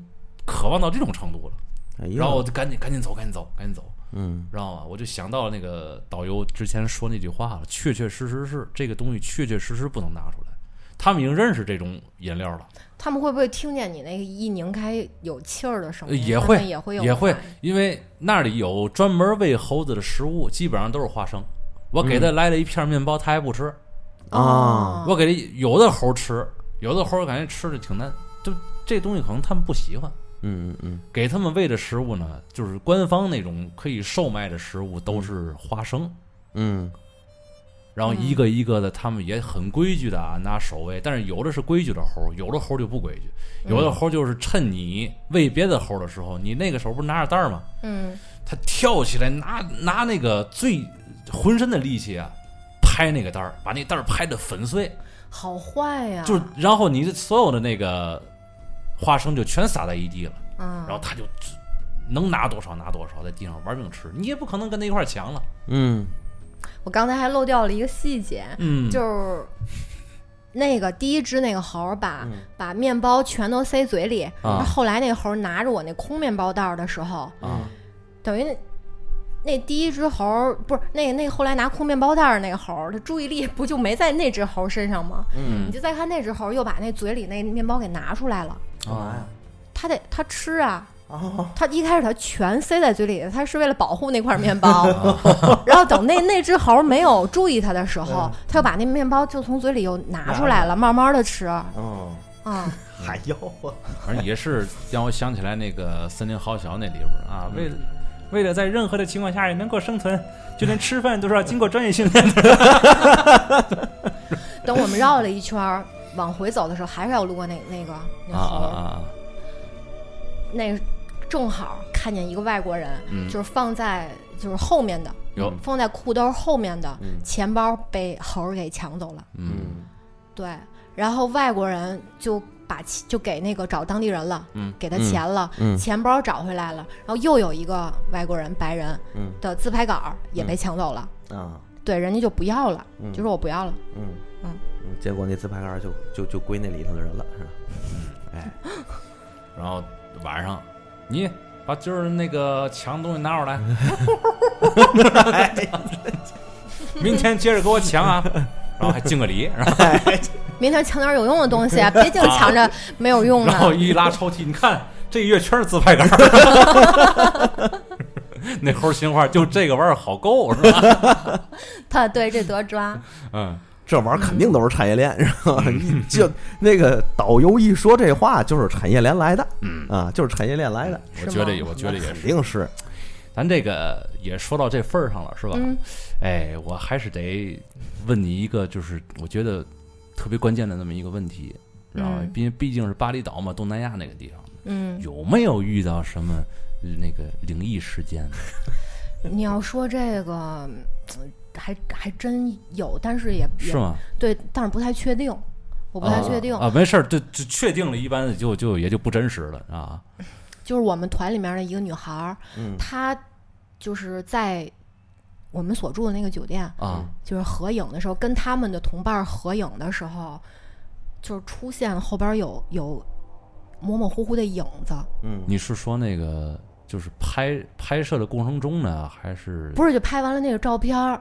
渴望到这种程度了，哎呦然后我就赶紧赶紧走，赶紧走，赶紧走，嗯知道吗？我就想到那个导游之前说那句话了，确确实实是这个东西，确确实实不能拿出来。他们已经认识这种饮料了，他们会不会听见你那个一拧开有气儿的声呃音？也他会们也会有也会反应，因为那里有专门喂猴子的食物，基本上都是花生。我给他来了一片面包，他还不吃。嗯啊我给他有的猴吃，有的猴感觉吃的挺难，就这东西可能他们不喜欢。嗯嗯嗯给他们喂的食物呢，就是官方那种可以售卖的食物都是花生，嗯然后一个一个的，他们也很规矩的啊，拿手喂。但是有的是规矩的猴儿，有的猴儿就不规矩，有的猴儿就是趁你喂别的猴儿的时候，你那个时候不是拿着袋儿吗？嗯他跳起来拿拿那个最浑身的力气啊，拍那个袋儿，把那袋儿拍的粉碎，好坏呀、就是然后你所有的那个花生就全撒在一地了，嗯然，后他就能拿多少拿多少，在地上玩命吃，你也不可能跟他一块儿抢了，嗯我刚才还漏掉了一个细节，嗯，就是那个第一只那个猴儿把、把面包全都塞嘴里，嗯啊那后来那猴儿拿着我那空面包袋儿的时候，啊，等于那那第一只猴儿不是那那后来拿空面包袋儿那个猴儿，他注意力不就没在那只猴儿身上吗？嗯你就再看那只猴儿又把那嘴里那面包给拿出来了，干嘛呀？他得他吃啊，啊，他一开始他全塞在嘴里，他是为了保护那块面 包。然后等那那只猴没有注意他的时候，他又把那面包就从嘴里又嗯拿出来了，慢慢的吃啊。嗯，还要啊，反正也是让我想起来那个《森林好小》那里边儿啊，嗯为了为了在任何的情况下也能够生存，就连吃饭都是要经过专业训练的。等我们绕了一圈儿往回走的时候，还是要路过那那个那猴，啊！那正好看见一个外国人，嗯就是放在就是后面的，有，放在裤兜后面的、嗯钱包被猴儿给抢走了。嗯，对，然后外国人就把钱就给那个找当地人了，嗯给他钱了，嗯钱包找回来了，然后又有一个外国人白人嗯的自拍杆儿也嗯被抢走了，啊，对，人家就不要了，嗯就说我不要了，嗯嗯嗯，结果那自拍杆儿就就就归那里头的人了，是吧？然后晚上你把今儿那个抢的东西拿 出来，明天接着给我抢啊！然后还敬个 礼，然后明天抢点有用的 东西啊，别净抢着没有用然后的。一拉抽屉，你看这一月全是自拍杆儿。 那猴儿心话，就这个玩意儿好够是吧？他 对这得 抓，嗯，这玩意儿肯定都是产业链，是吧？一就那个导游一说这话，就是产业链来的，嗯啊，就是产业链来的，我是觉得吗也，我觉得也肯是。定是，咱这个也说到这份儿上了，是吧？嗯哎，我还是得问你一个，就是我觉得特别关键的那么一个问题，然后嗯毕毕竟是巴厘岛嘛，东南亚那个地方，嗯，有没有遇到什么呃那个灵异事件？你要说这个，嗯还还真有，但是也也是吗？对，但是不太确定，我不太确定。啊，没事儿，就就确定了，一般就就也就不真实了啊。就是我们团里面的一个女孩儿，嗯她就是在我们所住的那个酒店，啊，就是合影的时候，跟他们的同伴儿合影的时候，就是出现后边儿有有模模糊糊的影子，嗯你是说那个就是拍拍摄的过程中呢，还是不是就拍完了那个照片儿，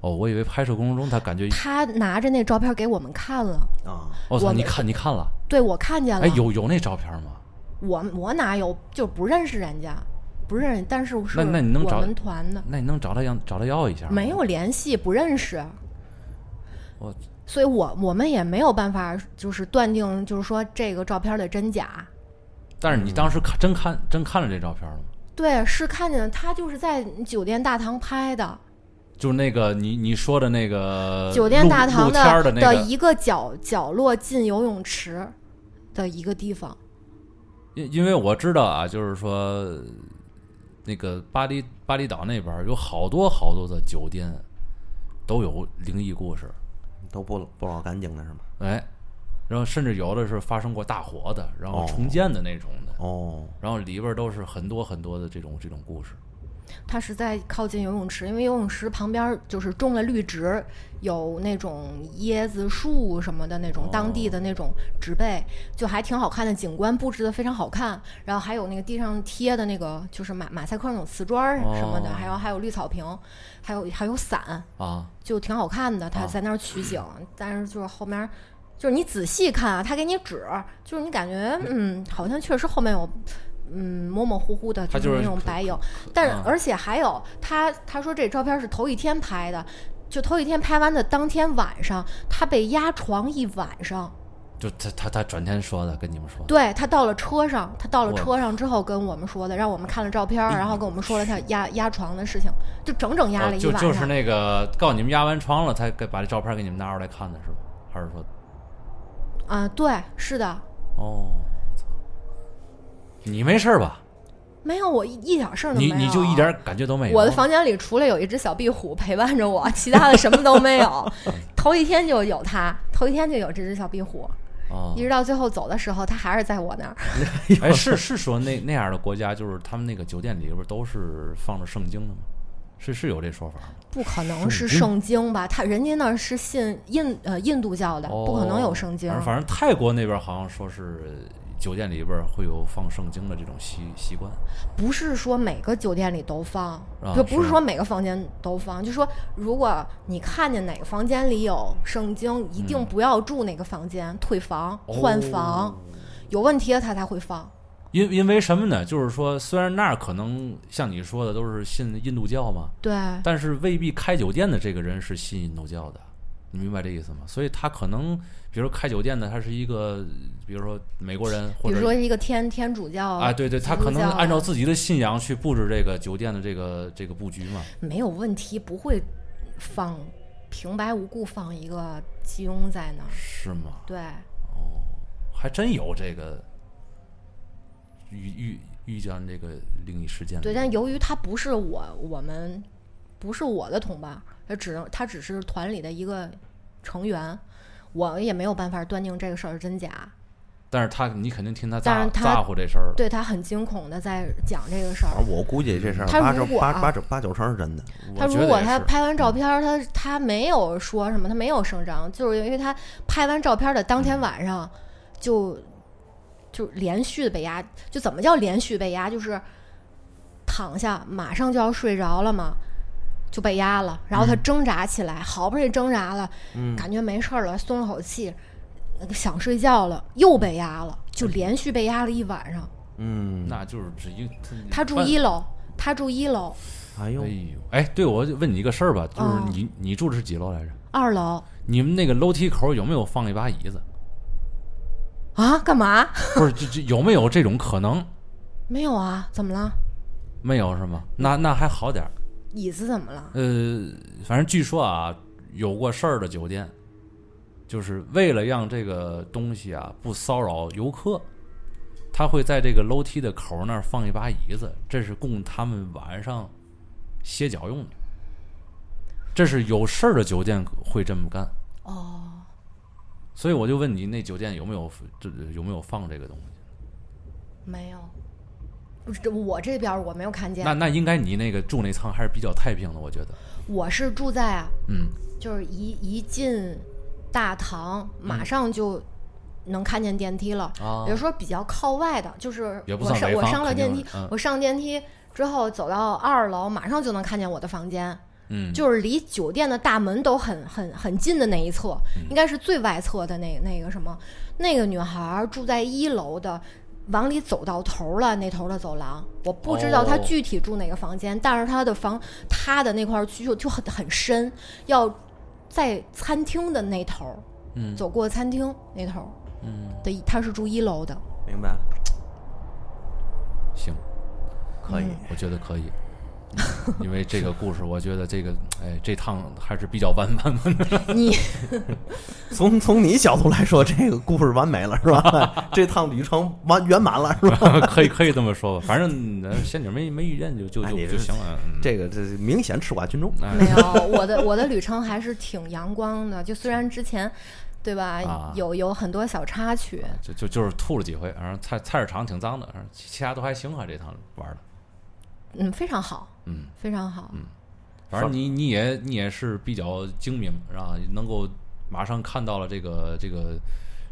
哦？我以为拍摄过程中他感觉，她拿着那照片儿给我们看了，啊，我操，我你看你看了，对我看见了，哎，有有那照片吗？我我哪有就不认识人家，不认识，但是是那那你能我找们团的那你能找他要找他要一下吗？没有联系，不认识。我所以我我们也没有办法，就是断定，就是说这个照片的真假。但是你当时看真看真看了这照片了吗？对，是看见他就是在酒店大堂拍的，就是那个你你说的那个酒店呃露大堂露天儿的那个一个角角落进游泳池的一个地方。因因为我知道啊，就是说那个巴厘巴厘岛那边儿有好多好多的酒店都有灵异故事，都不不老干净的是吗？哎，然后甚至有的是发生过大火的，然后哦重建的那种的，哦，然后里边儿都是很多很多的这种这种故事。它是在靠近游泳池，因为游泳池旁边就是种了绿植，有那种椰子树什么的那种当地的那种植被，就还挺好看的，景观布置的非常好看。然后还有那个地上贴的那个就是马马赛克那种瓷砖儿什么的，哦还有还有绿草坪，还有还有伞，啊，就挺好看的。他啊在那儿取景，但是就是后面。就是你仔细看啊，他给你指，就是你感觉，嗯，好像确实后面有，嗯，模模糊糊的，他就就是那种白影。但是啊而且还有，他他说这照片是头一天拍的，就头一天拍完的当天晚上，他被压床一晚上。就他他他转天说的，跟你们说的。对他到了车上，他到了我哎车上之后跟我们说的，让我们看了照片，然后跟我们说了他压压床的事情，就整整压哦了一就晚上。就是那个告诉你们压完床了，才给把这照片给你们拿出来看的是吧？还是说，啊，对，是的，哦，操你没事儿吧？没有，我一一点事儿都没你有。啊你就一点感觉都没有。我的房间里除了有一只小壁虎陪伴着我， 其他的什么都没有。头一天就有它，头一天就有这只小壁虎，啊一，直到最后走的时候，它还是在我那儿。哎，是是说那那样的国家，就是他们那个酒店里边儿都是放着圣经的吗？是是有这说法吗？不可能是圣经吧？他人家那儿是信印呃印度教的，不可能有圣经哦反。正反正泰国那边好像说是酒店里边会有放圣经的这种习习惯。不是说每个酒店里都放，啊就不是是说每个房间都放，就说如果你看见哪个房间里有圣经，一嗯定不要住那个房间，退房哦换房，有问题了他才会放。因因为什么呢？就是说，虽然那儿可能像你说的都是信印度教嘛，对，但是未必开酒店的这个人是信印度教的，你明白这意思吗？所以他可能，比如说开酒店的，他是一个，比如说美国人，比或如说者一个天天主教啊，对对，基他督可能教按照自己的信仰去布置这个酒店的这个这个布局嘛。没有问题，不会放平白无故放一个金庸在那儿。是吗？对，还真有这个遇遇遇见这个灵异事件。对，但由于他不是我，我们不是我的同伴，他只能他只是团里的一个成员，我也没有办法断定这个事儿真假。但是他你肯定听他但咋是他咋呼这事儿了。对他很惊恐的在讲这个事儿反，正我估计这事儿他八九如果八啊八九八九成是真的。我他觉如得果也他是嗯拍完照片儿，他他没有说什么，他没有声张，就是因为他拍完照片儿的当嗯天晚上就就连续的被压，就怎么叫连续被压？就是躺下马上就要睡着了嘛，就被压了，嗯然后他挣扎起来，好不容易挣扎了，感觉没事儿了，松了口气，呃想睡觉了，又被压了，嗯就连续被压了一晚上。嗯，那就是只因他住嗯一楼，他住一楼，哎呦哎，呦，哎，对，我就问你一个事儿吧，就是嗯你、你住的是几楼来着？二楼你们那个楼梯口有没有放一把椅子？ 啊，干嘛？不是，这这有没有这种可能？没有啊，怎么了？没有是吗？那那还好点儿。椅子怎么了？呃，反正据说啊，有过事儿的酒店，就是为了让这个东西啊不骚扰游客，他会在这个楼梯的口儿那儿放一把椅子，这是供他们晚上歇脚用的。这是有事儿的酒店会这么干。哦，所以我就问你，那酒店有没有这有没有放这个东西？没有，不是我这边儿我没有看见那，那应该你那个住那舱还是比较太平的，我觉得。我是住在啊，嗯，就是一一进大堂，嗯马上就能看见电梯了。啊比如说比较靠外的，就是也不我算上潍我坊上了肯电定梯是嗯，我上电梯之后走到二楼，马上就能看见我的房间。嗯，就是离酒店的大门都很很很近的那一侧，嗯应该是最外侧的那那个什么，那个女孩儿住在一楼的，往里走到头了那头的走廊，我不知道她哦具体住哪个房间，但是她的房她的那块儿区就就很很深，要在餐厅的那头儿，嗯走过餐厅那头儿嗯，的，她是住一楼的，明白了，行，可以。我觉得可以。 因为这个故事，我觉得这个，哎，这趟还是比较完满的。 你从从你角度来说，这个故事完美了是 吧？这趟旅程完圆满了是吧？可以， 可以这么说吧。反正呃仙女没没遇见就就哎就你就这行了。嗯这个这明显吃瓜群众。没有，我的我的旅程还是挺阳光的，就虽然之前，对吧，啊有有很多小插曲，就就就是吐了几回，反正菜菜市场挺脏的，反正其其他都还行啊。这趟玩的，嗯，非常好，嗯，非常好，反正你你也你也是比较精明，啊，能够马上看到了这个这个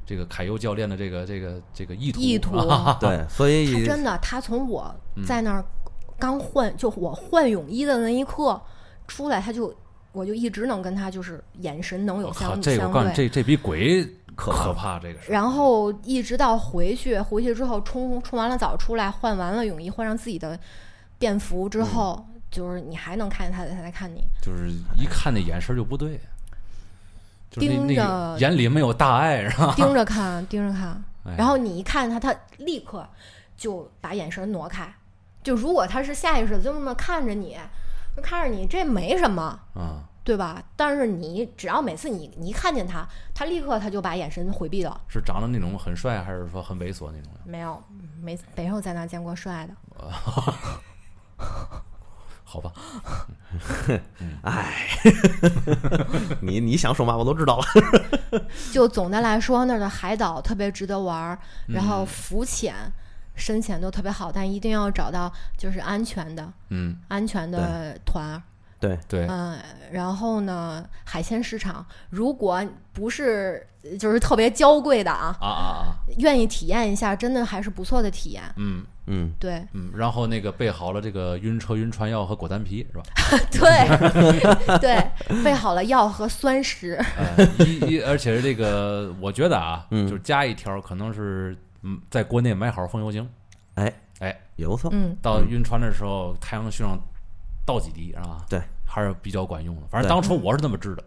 这个凯优教练的这个这个这个意图 意图啊，对，所以他真的，他从我嗯在那儿刚换，就我换泳衣的那一刻出来，他就我就一直能跟他就是眼神能有我靠，相哦这个相我告诉你，对。这这比鬼可怕可怕，这个是然后一直到回去，回去之后冲冲完了澡出来，换完了泳衣，换上自己的便服嗯之后，就是你还能看见他，他在看 你。就是一看那眼神就不对，就是那盯那个着眼里没有大爱，是吧？盯着看，盯着看哎，然后你一看他，他立刻就把眼神挪开。就如果他是下意识地就那么看着你，就看着你，这没什么。啊，对吧？但是你只要每次你你一看见他，他立刻他就把眼神回避了。 是长得那种很帅，还是说很猥琐那种呀？没有，没没有在那见过帅的。好吧，你你想说嘛，我都知道了。就总的来说，那儿的海岛特别值得玩儿，然后浮潜、深潜都特别好，但一定要找到就是安全的、嗯，安全的团儿。 对，对，嗯，然后呢，海鲜市场如果不是呃就是特别娇贵的啊，啊啊啊，愿意体验一下，真的还是不错的体验。嗯嗯，对嗯，然后那个备好了这个晕车晕船药和果丹皮 是吧？ 对对，备好了药和酸食，呃，一一，而且是这个，我觉得啊，嗯就是加一条，可能是嗯，在国内买好风油精，哎哎，也不错。嗯，到晕船的时候，太阳穴上倒几滴啊，对，还是比较管用的。反正对当初我是这么治的，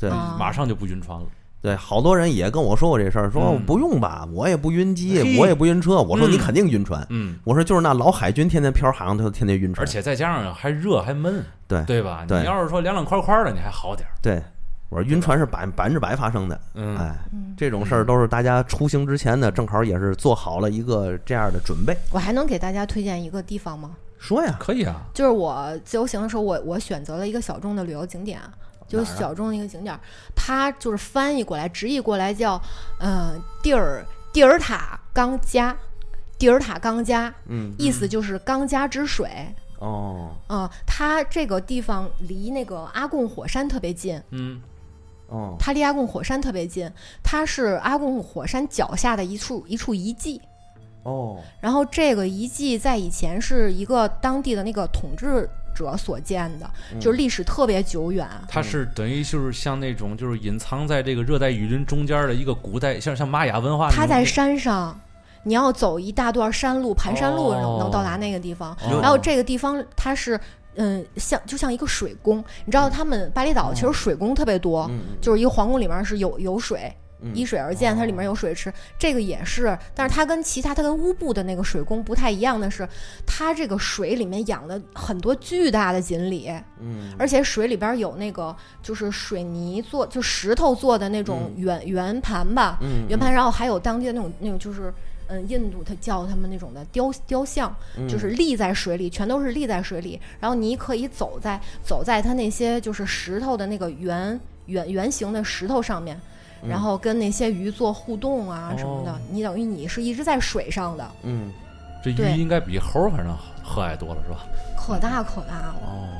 对啊马上就不晕船了。对，好多人也跟我说过这事儿，说嗯不用吧，我也不晕嘿机，我也不晕车。我说嗯你肯定晕船。嗯，我说就是那老海军天天漂航，他就天天晕船。而且再加上还热还闷，对对吧？对你要是说凉凉快快的，你还好点儿。对，我说晕船是百百分之百发生的。嗯哎，这种事儿都是大家出行之前呢，正好也是做好了一个这样的准备。我还能给大家推荐一个地方吗？说呀，可以啊，就是我自由行的时候，我我选择了一个小众的旅游景点，啊啊就是小众的一个景点，它就是翻译过来直译过来叫呃蒂尔蒂尔塔冈加，蒂尔塔冈加，嗯，意思就是冈加之水。哦嗯，它这个地方离那个阿贡火山特别近，嗯哦，它离阿贡火山特别近，它是阿贡火山脚下的一处一处遗迹。哦，然后这个遗迹在以前是一个当地的那个统治者所建的，就是历史特别久远。啊它是等于就是像那种就是隐藏在这个热带雨林中间的一个古代，像像玛雅文化那种。它在山上，你要走一大段山路，盘山路哦能能到达那个地方。哦然后这个地方它是。嗯，像就像一个水宫，你知道他们巴厘岛其实水宫特别多，嗯就是一个皇宫里面是有有水，嗯依水而建，它里面有水池，这个也是。但是它跟其他它跟乌布的那个水宫不太一样的是，它这个水里面养了很多巨大的锦鲤，嗯而且水里边有那个就是水泥做就石头做的那种圆、圆盘吧，嗯圆盘，然后还有当地的那种那种就是。嗯，印度它叫他们那种的雕雕像，嗯就是立在水里，全都是立在水里。然后你可以走在走在它那些就是石头的那个圆圆圆形的石头上面，然后跟那些鱼做互动啊什么嗯的。哦你等于你是一直在水上的，嗯这鱼对应该比猴儿反正和蔼多了，是吧？可大可大了，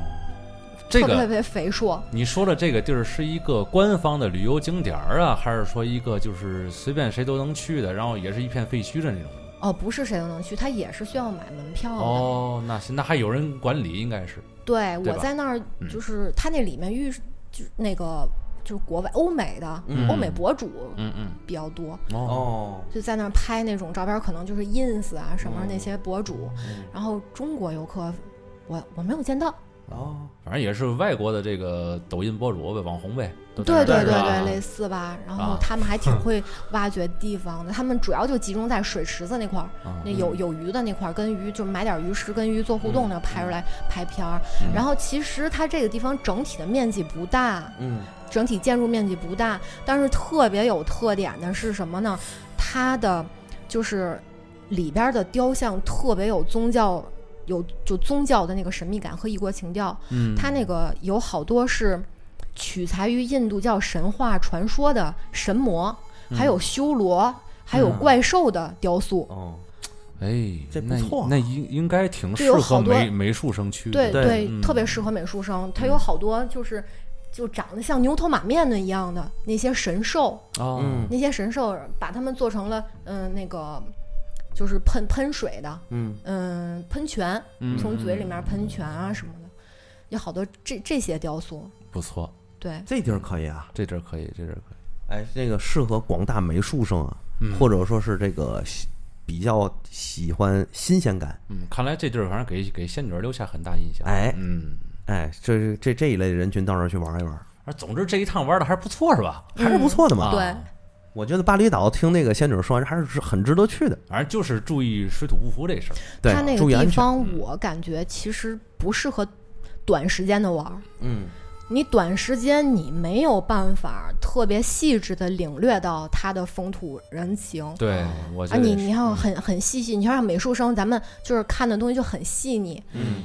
这哦特别个特别肥硕。你说的这个地儿是一个官方的旅游景点儿啊，还是说一个就是随便谁都能去的，然后也是一片废墟的那种？哦，不是谁都能去，它也是需要买门票的。哦，那行，那还有人管理，应该是对，对我吧在那儿嗯就是它那里面遇就是那个就是国外欧美的、嗯欧美博主嗯嗯比较多，哦，就在那儿拍那种照片，可能就是 ins 啊什么那些博主，嗯然后中国游客我我没有见到，哦，反正也是外国的这个抖音博主呗，网红呗，都在对那儿对对是吧对，类似吧。然后啊他们 还挺会挖掘地方的，他们主要就集中在水池子那块儿，啊那嗯有有鱼的那块儿，跟鱼就买点鱼食跟鱼做互动，那拍出嗯来拍片儿。然后其实它这个地方整体的面积不大，嗯整体建筑面积不大，但是特别有特点的是什么呢？它的就是里边的雕像特别有宗教，有就宗教的那个神秘感和异国情调。嗯，它那个有好多是取材于印度教神话传说的神魔，嗯还有修罗，还有怪兽的雕塑。哦，哎，这不那错啊那应应该挺这适有合好多美美术生去对的，对嗯特别适合美术生，它有好多就是就长得像牛头马面的一样的那些神兽。啊，嗯那些神兽把它们做成了嗯、呃那个就是喷喷水的，嗯嗯、喷泉，嗯从嘴里面喷泉啊什么的，有好多这这些雕塑。不错，对，这地儿可以啊，这地儿可以，这地儿可以，哎，这个适合广大美术生啊，嗯或者说是这个喜比较喜欢新鲜感，嗯，看来这地儿反正给给仙女儿留下很大印象，哎嗯，哎，这是这这一类人群到那儿去玩一玩，而总之这一趟玩的还是不错，是吧？还是不错的嘛。啊嗯对，我觉得巴厘岛听那个仙女说完，还是很值得去的。反正就是注意水土不服这事儿，对它，那注个意嗯地安全。方我感觉其实不适合短时间的玩儿。嗯，你短时间你没有办法特别细致的领略到它的风土人情。对，我觉啊，得你也是你要很很细细，你要让美术生，咱们就是看的东西就很细腻。嗯，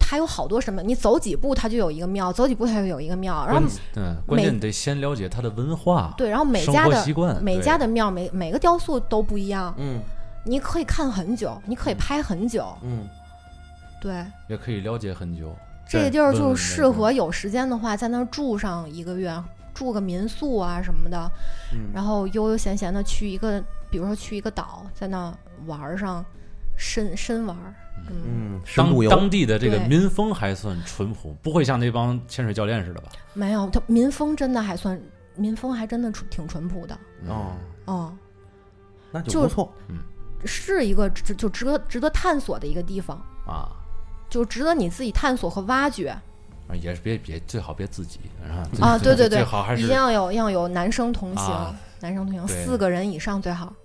它有好多什么，你走几步它就有一个庙，走几步它就有一个庙。然后关嗯，关键你得先了解它的文化，对，然后每生家活的习惯每对家的庙每每个雕塑都不一样，嗯你可以看很久，你可以拍很久。嗯，对，也可以了解很久。这对个地儿问就问适那个合有时间的话，在那儿住上一个月，住个民宿啊什么的，嗯然后悠悠闲闲的去一个，比如说去一个岛，在那儿玩儿上，深深玩儿，嗯，嗯，深当度游，当地的这个对民风还算淳朴，不会像那帮潜水教练似的吧？没有，它民风真的还算，民风还真的淳挺淳朴的，哦，嗯，那就就不错。是一个值就值得值得探索的一个地方，啊，就值得你自己探索和挖掘啊也是别别最好别自己啊啊，对对最对好还，一定是要有要有男生同行，啊男生同行对四个人以上最好。啊嗯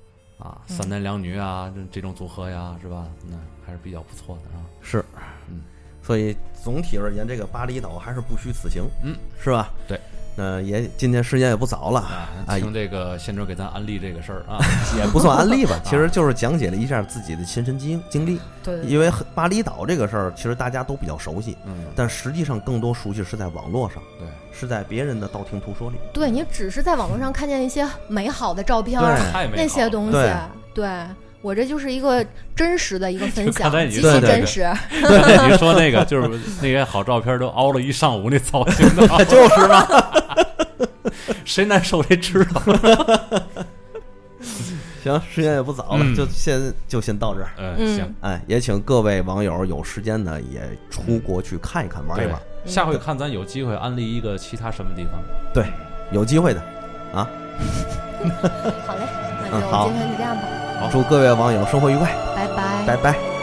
三男两女啊这这种组合呀是吧？那还是比较不错的啊。是，嗯，所以总体而言，这个巴厘岛还是不虚此行，嗯，是吧？对，那也今天时间也不早了，啊，听这个仙主给咱安利这个事儿啊，也不算安利 吧，其实就是讲解了一下自己的亲身经经历，对对对因为很巴厘岛这个事儿，其实大家都比较熟悉，嗯，但实际上更多熟悉是在网络上，对，是在别人的道听途说里。对你只是在网络上看见一些美好的照片儿，对太美那好些了东西，对对我这就是一个真实的一个分享刚才，你极说其的这真个实。 对，你说那个就是那些好照片都凹了一上午，那造型的 就是嘛， 谁难受谁知道。行，时间也不早了，嗯就先就先到这儿。嗯，嗯行，哎，也请各位网友有时间呢，也出国去看一看，玩一对玩。，下回看咱有机会安利一个其他什么地方。对，有机会的，啊，好嘞，那嗯好就今天就这样吧，祝各位网友生活愉快，拜拜拜拜。拜